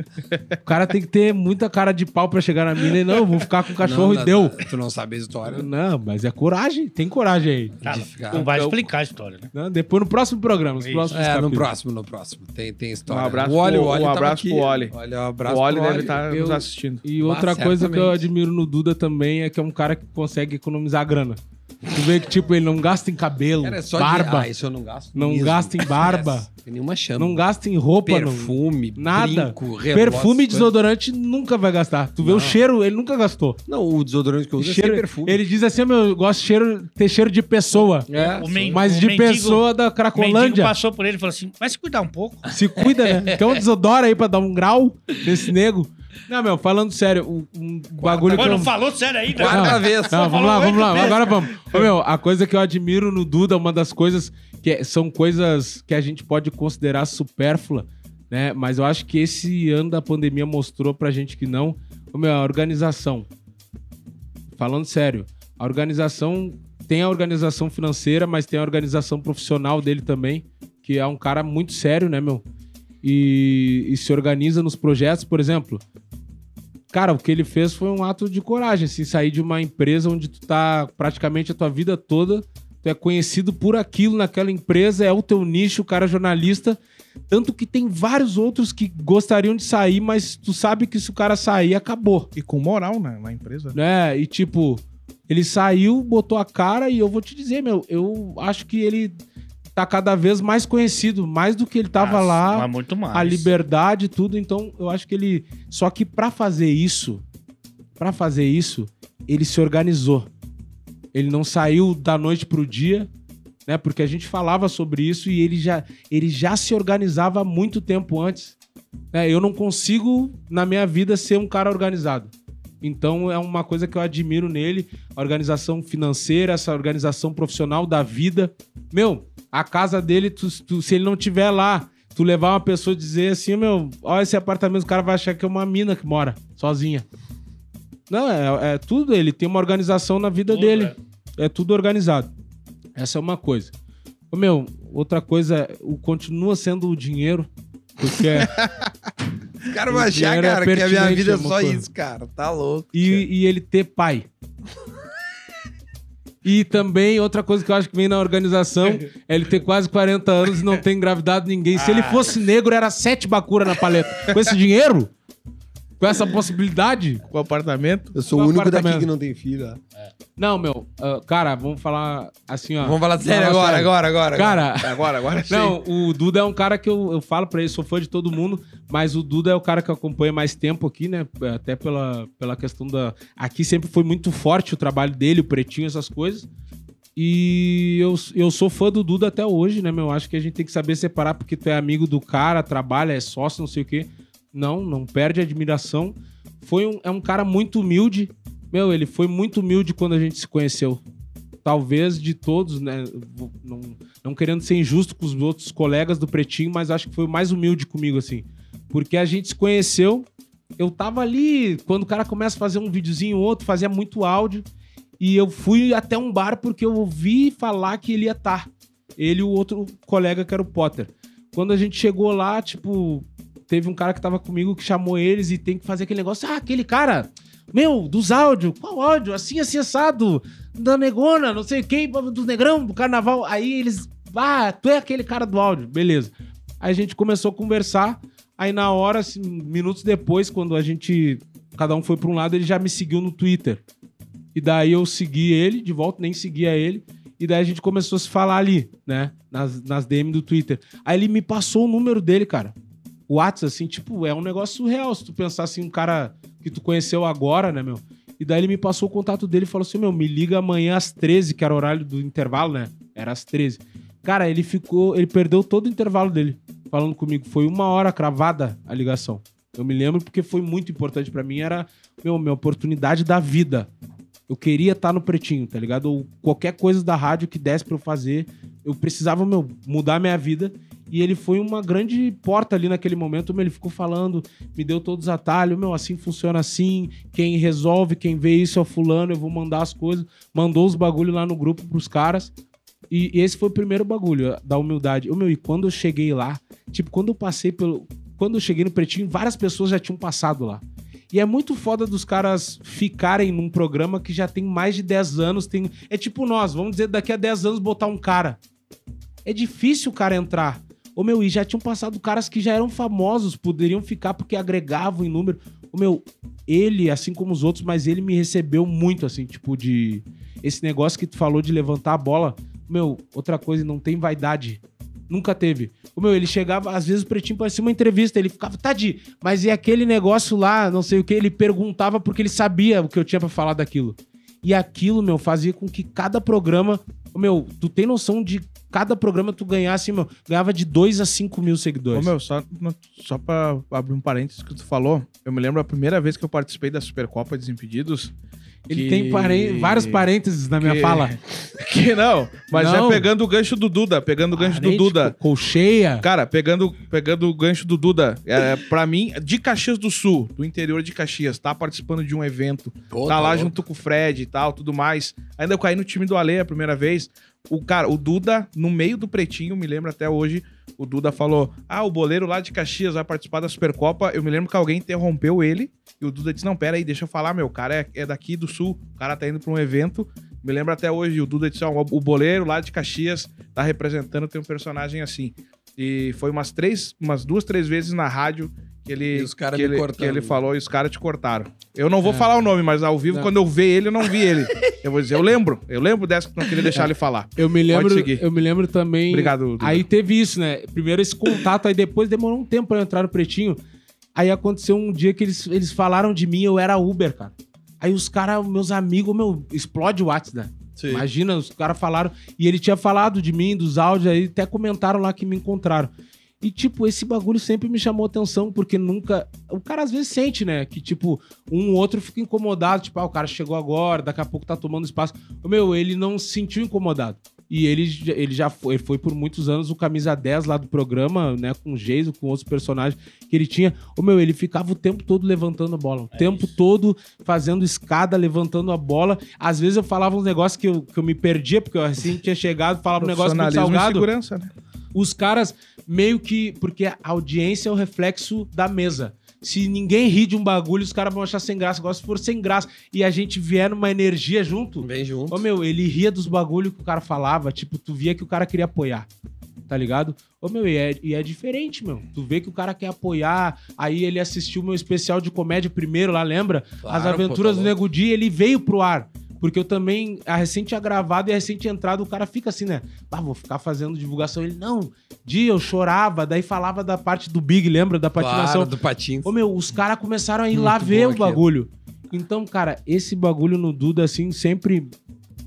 O cara tem que ter muita cara de pau pra chegar na mina e não, eu vou ficar com o cachorro Não, e não, deu. Tu não sabe a história. Não, mas é coragem, tem coragem aí. Tá, de ficar- não vai Então- explicar a história, né? Né? Depois no próximo programa, nos Isso. próximos É, no capítulos. próximo, no próximo. Tem, tem história. Um abraço o Oli, pro- o Oli um tava abraço aqui. pro Oli. Olha, um abraço O Oli pro deve estar nos eu- assistindo. E outra Ah, coisa que eu certamente. admiro no Duda também é que é um cara que consegue economizar grana. Tu vê que, tipo, ele não gasta em cabelo, Cara, é só barba, De... Ah, isso eu não gasto. Não mesmo. gasta em barba. Esquece. Tem nenhuma chama. não gasta em roupa, não. Perfume, Nada. brinco, relógio, Perfume e essas desodorante nunca vai gastar. Tu vê o cheiro, ele nunca gastou. coisas. Não, o desodorante que eu uso é Cheiro- sem perfume. Ele diz assim: "Ah, meu, eu gosto de cheiro, ter cheiro de pessoa. É. O men- Ah, Mas o de mendigo- pessoa da O mendigo Cracolândia. passou por ele e falou assim, vai se cuidar um pouco. Se cuida, né? Quer um desodora aí pra dar um grau nesse nego? Não, meu, falando sério, um, um bagulho que Pô, eu... não falou sério ainda. Quarta Não. vez. Não, vamos falou lá, vamos oito lá, vezes. agora vamos. Ô, meu, a coisa que eu admiro no Duda, uma das coisas que é- são coisas que a gente pode considerar supérflua, né? Mas eu acho que esse ano da pandemia mostrou pra gente que não. Ô, meu, a organização. Falando sério, a organização tem a organização financeira, mas tem a organização profissional dele também, que é um cara muito sério, né, meu? E, e se organiza nos projetos, por exemplo. Cara, o que ele fez foi um ato de coragem, assim, sair de uma empresa onde tu tá praticamente a tua vida toda, tu é conhecido por aquilo naquela empresa, é o teu nicho, o cara é jornalista. Tanto que tem vários outros que gostariam de sair, mas tu sabe que se o cara sair, acabou E com moral né, na empresa. né? E tipo, ele saiu, botou a cara e eu vou te dizer, meu, eu acho que ele tá cada vez mais conhecido, mais do que ele tava Mas- lá, mas muito mais. a liberdade e tudo, então eu acho que ele só que pra fazer isso, pra fazer isso, ele se organizou. Ele não saiu da noite pro dia, né? Porque a gente falava sobre isso e ele já ele já se organizava há muito tempo antes. né? eu não consigo na minha vida ser um cara organizado. Então é uma coisa que eu admiro nele, a organização financeira, essa organização profissional da vida. Meu, a casa dele, tu- tu- se ele não tiver lá, tu levar uma pessoa e dizer assim, meu, olha esse apartamento, o cara vai achar que é uma mina que mora sozinha. Não, é, é tudo, ele tem uma organização na vida Tudo, dele. é. É. tudo organizado. Essa é uma coisa. Ô, meu, outra coisa, o continua sendo o dinheiro, porque é- Os caras vão achar, Dinheiro é cara, que a minha pertinente, vida é amor, só pô. isso, cara. Tá louco. e, e ele ter pai. E também, outra coisa que eu acho que vem na organização é ele ter quase 40 anos e não ter engravidado ninguém. Se ele Ah. fosse negro, era sete bacura na paleta. Com esse dinheiro? Com essa possibilidade? Com o apartamento. Eu sou o o Um único único daqui daqui apartamento. que que não tem filho. Não, meu, ah, cara, vamos falar assim, ó. Vamos falar sério Vamos agora, falar agora, agora, agora. Cara, Agora, agora sim. Não, o Duda é um cara que eu, eu falo pra ele, sou fã de todo mundo, mas o Duda é o cara que eu acompanho mais tempo aqui, né? Até pela, pela questão da. Aqui sempre foi muito forte o trabalho dele, o pretinho, essas coisas. E eu, eu sou fã do Duda até hoje, né, meu? Acho que a gente tem que saber separar, porque tu é amigo do cara, trabalha, é sócio, não sei o quê. Não, não perde a admiração. Foi um, é um cara muito humilde. Meu, ele foi muito humilde quando a gente se conheceu. Talvez de todos, né? Não, não querendo ser injusto com os outros colegas do Pretinho, mas acho que foi o mais humilde comigo, assim. Porque a gente se conheceu, eu tava ali, quando o cara começa a fazer um videozinho, outro, fazia muito áudio, e eu fui até um bar porque eu ouvi falar que ele ia estar. Ele e o outro colega que era o Potter. Quando a gente chegou lá, tipo, teve um cara que tava comigo que chamou eles e tem que fazer aquele negócio. Ah, aquele cara, meu, dos áudios, qual áudio? Assim, assim, assado da negona, não sei quem, do negrão, do carnaval. Aí eles, ah, tu é aquele cara do áudio, beleza. Aí a gente começou a conversar, aí na hora, assim, minutos depois, quando a gente, cada um foi pra um lado, ele já me seguiu no Twitter. E daí eu segui ele de volta, nem seguia ele. E daí a gente começou a se falar ali, né? Nas, nas DM do Twitter. Aí ele me passou o número dele, cara. O WhatsApp, assim, tipo, é um negócio surreal. Se tu pensar assim, um cara que tu conheceu agora, né, meu? E daí ele me passou o contato dele e falou assim: meu, me liga amanhã às 13, que era o horário do intervalo, né? Era às 13. Cara, ele ficou. Ele perdeu todo o intervalo dele falando comigo. Foi uma hora cravada a ligação. Eu me lembro porque foi muito importante pra mim. Era, meu, minha oportunidade da vida. Eu queria estar no pretinho, tá ligado? Ou qualquer coisa da rádio que desse pra eu fazer. Eu precisava, meu, mudar minha vida. E ele foi uma grande porta ali naquele momento. Meu, ele ficou falando, me deu todos os atalhos. Meu, assim funciona assim. Quem resolve, quem vê isso é o fulano. Eu vou mandar as coisas. Mandou os bagulho lá no grupo pros caras. E e esse foi o primeiro bagulho da humildade. Ô, meu, e quando eu cheguei lá, tipo, quando eu passei pelo. Quando eu cheguei no Pretinho, várias pessoas já tinham passado lá. E é muito foda dos caras ficarem num programa que já tem mais de 10 anos. Tem... É tipo nós, vamos dizer, daqui a 10 anos botar um cara. É difícil o cara entrar. Ô meu, e já tinham passado caras que já eram famosos, poderiam ficar porque agregavam em número. Ô meu, ele, assim como os outros, mas ele me recebeu muito, assim, tipo, de. esse negócio que tu falou de levantar a bola, meu, outra coisa, não tem vaidade. Nunca teve. O meu, ele chegava, às vezes o pretinho parecia uma entrevista, ele ficava, Tadi, mas e aquele negócio lá, não sei o que, ele perguntava porque ele sabia o que eu tinha pra falar daquilo. E aquilo, meu, fazia com que cada programa, ô, meu, tu tem noção de cada programa tu ganhasse, meu, ganhava de 2 a 5 mil Ô, seguidores. meu, só, no- só pra abrir um parênteses que tu falou, eu me lembro a primeira vez que eu participei da Supercopa Desimpedidos. ele que- tem paren- vários parênteses na minha que- fala. Que não, mas Não. é pegando o gancho do Duda, pegando o gancho do Parente, Duda. co- tipo, Colcheia. Cara, pegando, pegando o gancho do Duda, é, pra mim, de Caxias do Sul, do interior de Caxias, tá participando de um evento, Pô, tá lá louco. junto com o Fred e tal, tudo mais. Ainda eu caí no time do Ale a primeira vez. O cara, o Duda, no meio do pretinho, me lembro até hoje, o Duda falou: Ah, o boleiro lá de Caxias vai participar da Supercopa. Eu me lembro que alguém interrompeu ele. E o Duda disse: Não, pera aí, deixa eu falar, meu. O cara é, é daqui do sul. O cara tá indo pra um evento. Me lembro até hoje, o Duda disse: ó, O boleiro lá de Caxias tá representando, tem um personagem assim. E foi umas três, umas duas, três vezes na rádio que ele, E os caras que, me ele cortando. que ele falou e os caras te cortaram. Eu não vou É. falar o nome, mas ao vivo, quando eu ver ele, eu não vi ele. eu vou dizer, eu lembro, eu lembro dessa que não queria deixar ele falar. Eu me Pode lembro, seguir. eu me lembro também. Obrigado, Duda. É. Aí teve isso, né? Primeiro esse contato, aí depois demorou um tempo pra eu entrar no Pretinho. Aí aconteceu um dia que eles, eles falaram de mim, eu era Uber, cara. Aí os caras, meus amigos, meu, explode o WhatsApp. né? Sim. Imagina, os caras falaram. E ele tinha falado de mim, dos áudios, aí até comentaram lá que me encontraram. E, tipo, esse bagulho sempre me chamou atenção, porque nunca. O cara às vezes sente, né? Que, tipo, um ou outro fica incomodado. Tipo, ah, o cara chegou agora, daqui a pouco tá tomando espaço. Ô, Meu, ele não se sentiu incomodado. E ele, já- ele já foi, ele foi por muitos anos o camisa 10 lá do programa, né? Com o Geiso, com outros personagens que ele tinha. Ô, meu, ele ficava o tempo todo levantando a bola. O tempo todo fazendo escada, levantando a bola. Às vezes eu falava uns negócios que eu, que eu me perdia, porque eu assim tinha chegado, falava um negócio muito Profissionalismo e salgado segurança, né? os caras meio que. Porque a audiência é o reflexo da mesa. Se ninguém ri de um bagulho, os caras vão achar sem graça. Agora, se for sem graça e a gente vier numa energia junto. Bem junto. Ô meu, ele ria dos bagulhos que o cara falava. Tipo, tu via que o cara queria apoiar. Tá ligado? Ô meu, e é, e é diferente, meu. Tu vê que o cara quer apoiar. Aí ele assistiu meu especial de comédia primeiro lá, lembra? Claro, As pô, Aventuras tá do louco. Nego Di, ele veio pro ar. Porque eu também, a recente agravada e a recente entrada, o cara fica assim, né? Ah, vou ficar fazendo divulgação. Ele, não, Di, eu chorava, daí falava da parte do Big, lembra? Da patinação. Claro, do patins. Ô, meu, os caras começaram a ir Muito lá ver bom o aquilo. bagulho. Então, cara, esse bagulho no Duda, assim, sempre.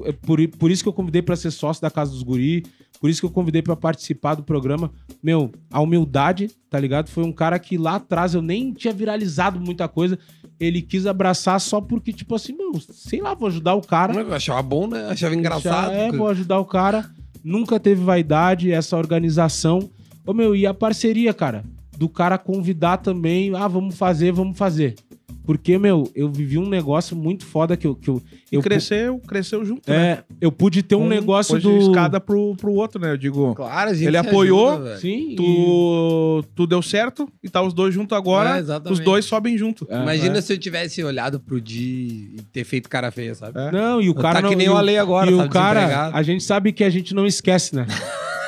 é Por, i- por isso que eu convidei pra ser sócio da Casa dos Guri, por isso que eu convidei pra participar do programa. Meu, a humildade, tá ligado? Foi um cara que lá atrás eu nem tinha viralizado muita coisa. Ele quis abraçar só porque, tipo assim, meu, sei lá, vou ajudar o cara. Eu achava bom, né? Achava engraçado. Já é, vou ajudar o cara. Nunca teve vaidade, essa organização. Ô, meu, e a parceria, cara? Do cara convidar também. Ah, vamos fazer, vamos fazer. Porque, meu, eu vivi um negócio muito foda que eu. Que eu, E eu pu- cresceu, cresceu junto, né? É, eu pude ter um, negócio hoje do. escada pro, pro outro, né? Eu digo, Claro, a gente Ele se apoiou, ajuda, velho. Sim. e- tu, tu deu certo e tá os dois junto É, agora, exatamente. os dois sobem junto. É, Imagina se eu tivesse olhado pro Di e ter feito cara feia, sabe? É. Não, e o cara tá não. que nem e o Ale agora, E tá o cara, desempregado. a gente sabe que a gente não esquece, né?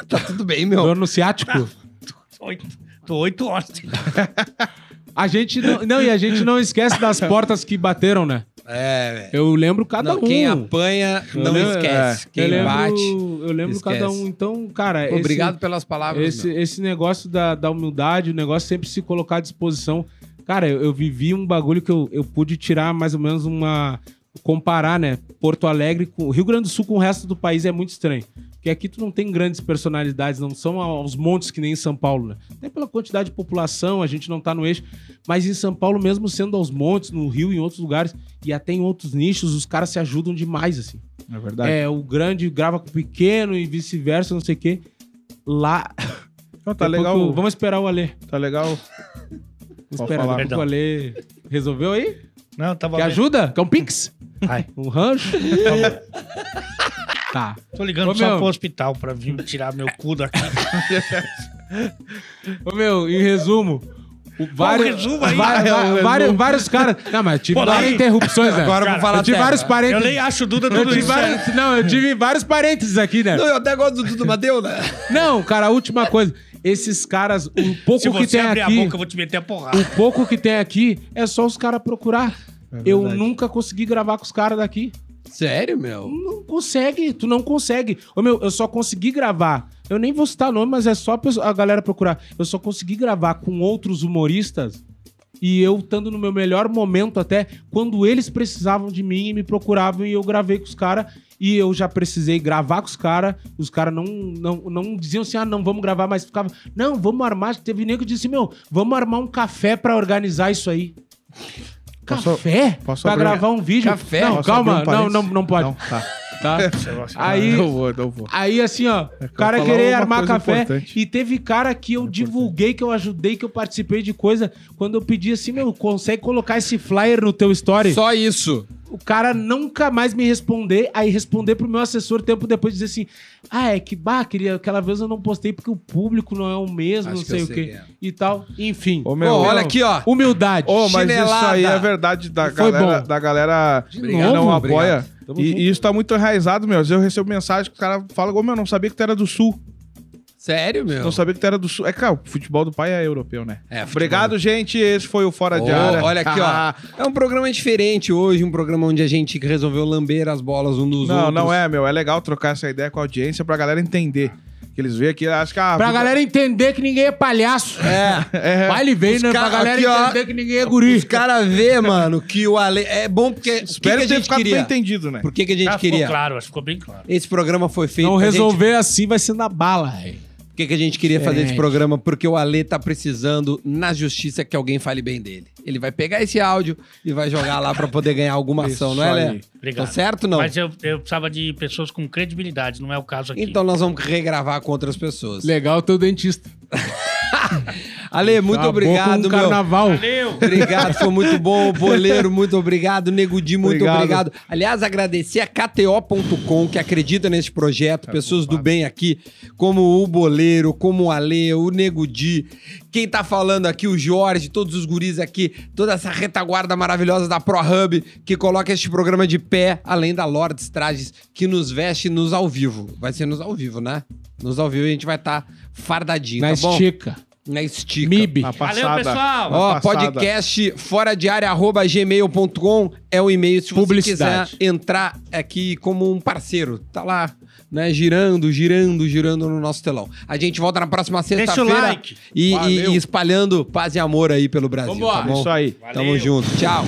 Tá tudo bem, meu. Dor no ciático. Tô oito, tô oito horas. A gente não, não, e a gente não esquece das portas que bateram, né? É, velho. Eu lembro cada Não, um. Quem apanha, Eu não lembro- esquece. é, Quem eu lembro- bate. Eu lembro cada esquece. um. Então, cara. esse- Obrigado pelas palavras. Esse, meu. esse negócio da, da humildade, o negócio é sempre se colocar à disposição. Cara, eu, eu vivi um bagulho que eu, eu pude tirar mais ou menos uma. Comparar, né? Porto Alegre com. Rio Grande do Sul com o resto do país é muito estranho. Porque aqui tu não tem grandes personalidades, não são aos montes que nem em São Paulo, né? Até pela quantidade de população, a gente não tá no eixo. Mas em São Paulo, mesmo sendo aos montes, no Rio e em outros lugares, e até em outros nichos, os caras se ajudam demais, assim. É verdade. É, o grande grava com o pequeno e vice-versa, não sei o quê. Lá. Então, tá Daqui a legal, pouco- vamos esperar o Alê. tá legal. Vamos Pode esperar falar. daqui a pouco o Alê. Resolveu aí? Não, tava Quer vendo. ajuda? Quer um pix? Ai, Um rancho? tá. tô ligando Ô, só meu. pro hospital pra vir tirar meu cu daqui. Ô, meu, em resumo. o vários, resumo aí? va- va- É, o vários, vários caras. Não, mas eu tive Pô, várias daí- interrupções, né? Agora eu vou falar eu tive até, vários né? Eu parênteses. nem acho Duda Eu tudo tive isso. né? vários, não, eu tive vários parênteses aqui, né? Não, eu até gosto do Dudu Mateu, né? Não, cara, a última coisa. Esses caras, um pouco Se que você tem abrir aqui. a boca, eu vou te meter a porrada. O pouco que tem aqui é só os caras procurar. eu nunca consegui gravar com os caras daqui. Sério, meu? Não consegue, tu não consegue. Ô meu, eu só consegui gravar. Eu nem vou citar nome, mas é só a pessoa- a galera procurar. Eu só consegui gravar com outros humoristas e eu estando no meu melhor momento até quando eles precisavam de mim e me procuravam e eu gravei com os caras e eu já precisei gravar com os caras. Os caras não, não, não diziam assim, ah, não, vamos gravar, mas ficava, não, vamos armar. Teve nego que disse, meu, vamos armar um café pra organizar isso aí. Posso- Café? posso pra abrir- gravar um vídeo? Café? Não, Posso calma, abrir um não, parênteses? não, não pode. Não, tá. Tá? Aí- Não vou, não vou. Aí, assim, ó, o cara É, falar querer uma armar coisa café. importante. E teve cara que eu divulguei, que eu ajudei, que eu participei de coisa. Quando eu pedi assim, meu, consegue colocar esse flyer no teu story? Só isso. O cara nunca mais me responder. Aí responder pro meu assessor tempo depois dizer assim: Ah, é que bah, queria, aquela vez eu não postei porque o público não é o mesmo, Acho não que eu sei o sei quê. quem é. E tal. Enfim. Ô, meu, Ô, olha eu- aqui, ó. Humildade. Ô, mas isso Chinelada. aí é verdade da Foi galera, bom. da galera que Obrigado, não obrigado. apoia. Tamo E, junto. e isso tá muito enraizado, meu. Às vezes eu recebo mensagem que o cara fala, ô, meu, não sabia que tu era do Sul. Sério, meu? Não sabia que tu era do Sul. É, cara, o futebol do pai é europeu, né? É, futebol. Obrigado, gente. Esse foi o Fora de Ô, Área. olha aqui, ó. É um programa diferente hoje, um programa onde a gente resolveu lamber as bolas um dos Não, outros. não é, meu. É legal trocar essa ideia com a audiência pra galera entender. Que eles veem aqui, acho que ah, a. Pra vida- galera entender que ninguém é palhaço. É. Baile vem, Os né? cara- pra galera aqui, ó. entender que ninguém é guri. Os caras vê, mano, que o Ale... É bom porque... Espero o que, que que a tenha gente ficado bem queria? entendido, né? Por que, que a gente Ah, queria? Ficou claro, acho que ficou bem claro. Esse programa foi feito... Não pra gente- resolver assim vai ser na bala, velho. Por que, que a gente queria fazer esse Diferente. programa? Porque o Ale tá precisando, na justiça, que alguém fale bem dele. Ele vai pegar esse áudio e vai jogar lá pra poder ganhar alguma ação, não é, Ale? aí. Obrigado. Tá certo ou não? Mas eu, eu precisava de pessoas com credibilidade, não é o caso aqui. Então nós vamos regravar com outras pessoas. Legal teu dentista. Ale, muito Acabou com obrigado, meu. o tá carnaval. Valeu! Obrigado, foi muito bom. Boleiro, muito obrigado. Negudi, muito obrigado. Obrigado. Aliás, agradecer a KTO.com, que acredita neste projeto. pessoas do bem aqui, como o Boleiro, como o Ale, o Negudi. Quem tá falando aqui, o Jorge, todos os guris aqui, toda essa retaguarda maravilhosa da ProHub, que coloca este programa de pé, além da Lords Trajes, que nos veste nos ao vivo. Vai ser nos ao vivo, né? Nos ao vivo a gente vai estar fardadinho, Na tá bom? estica. Na estica. Tá MIB. Na Valeu, passada. pessoal! Na Ó, passada. podcast fora de área, arroba gmail.com é o e-mail se você quiser Publicidade. entrar aqui como um parceiro. Tá lá, né? Girando, girando, girando no nosso telão. A gente volta na próxima Deixa o sexta-feira like. e, e- Valeu. e espalhando paz e amor aí pelo Brasil. Vambora. Tá bom? Isso aí. Tamo junto. Tchau.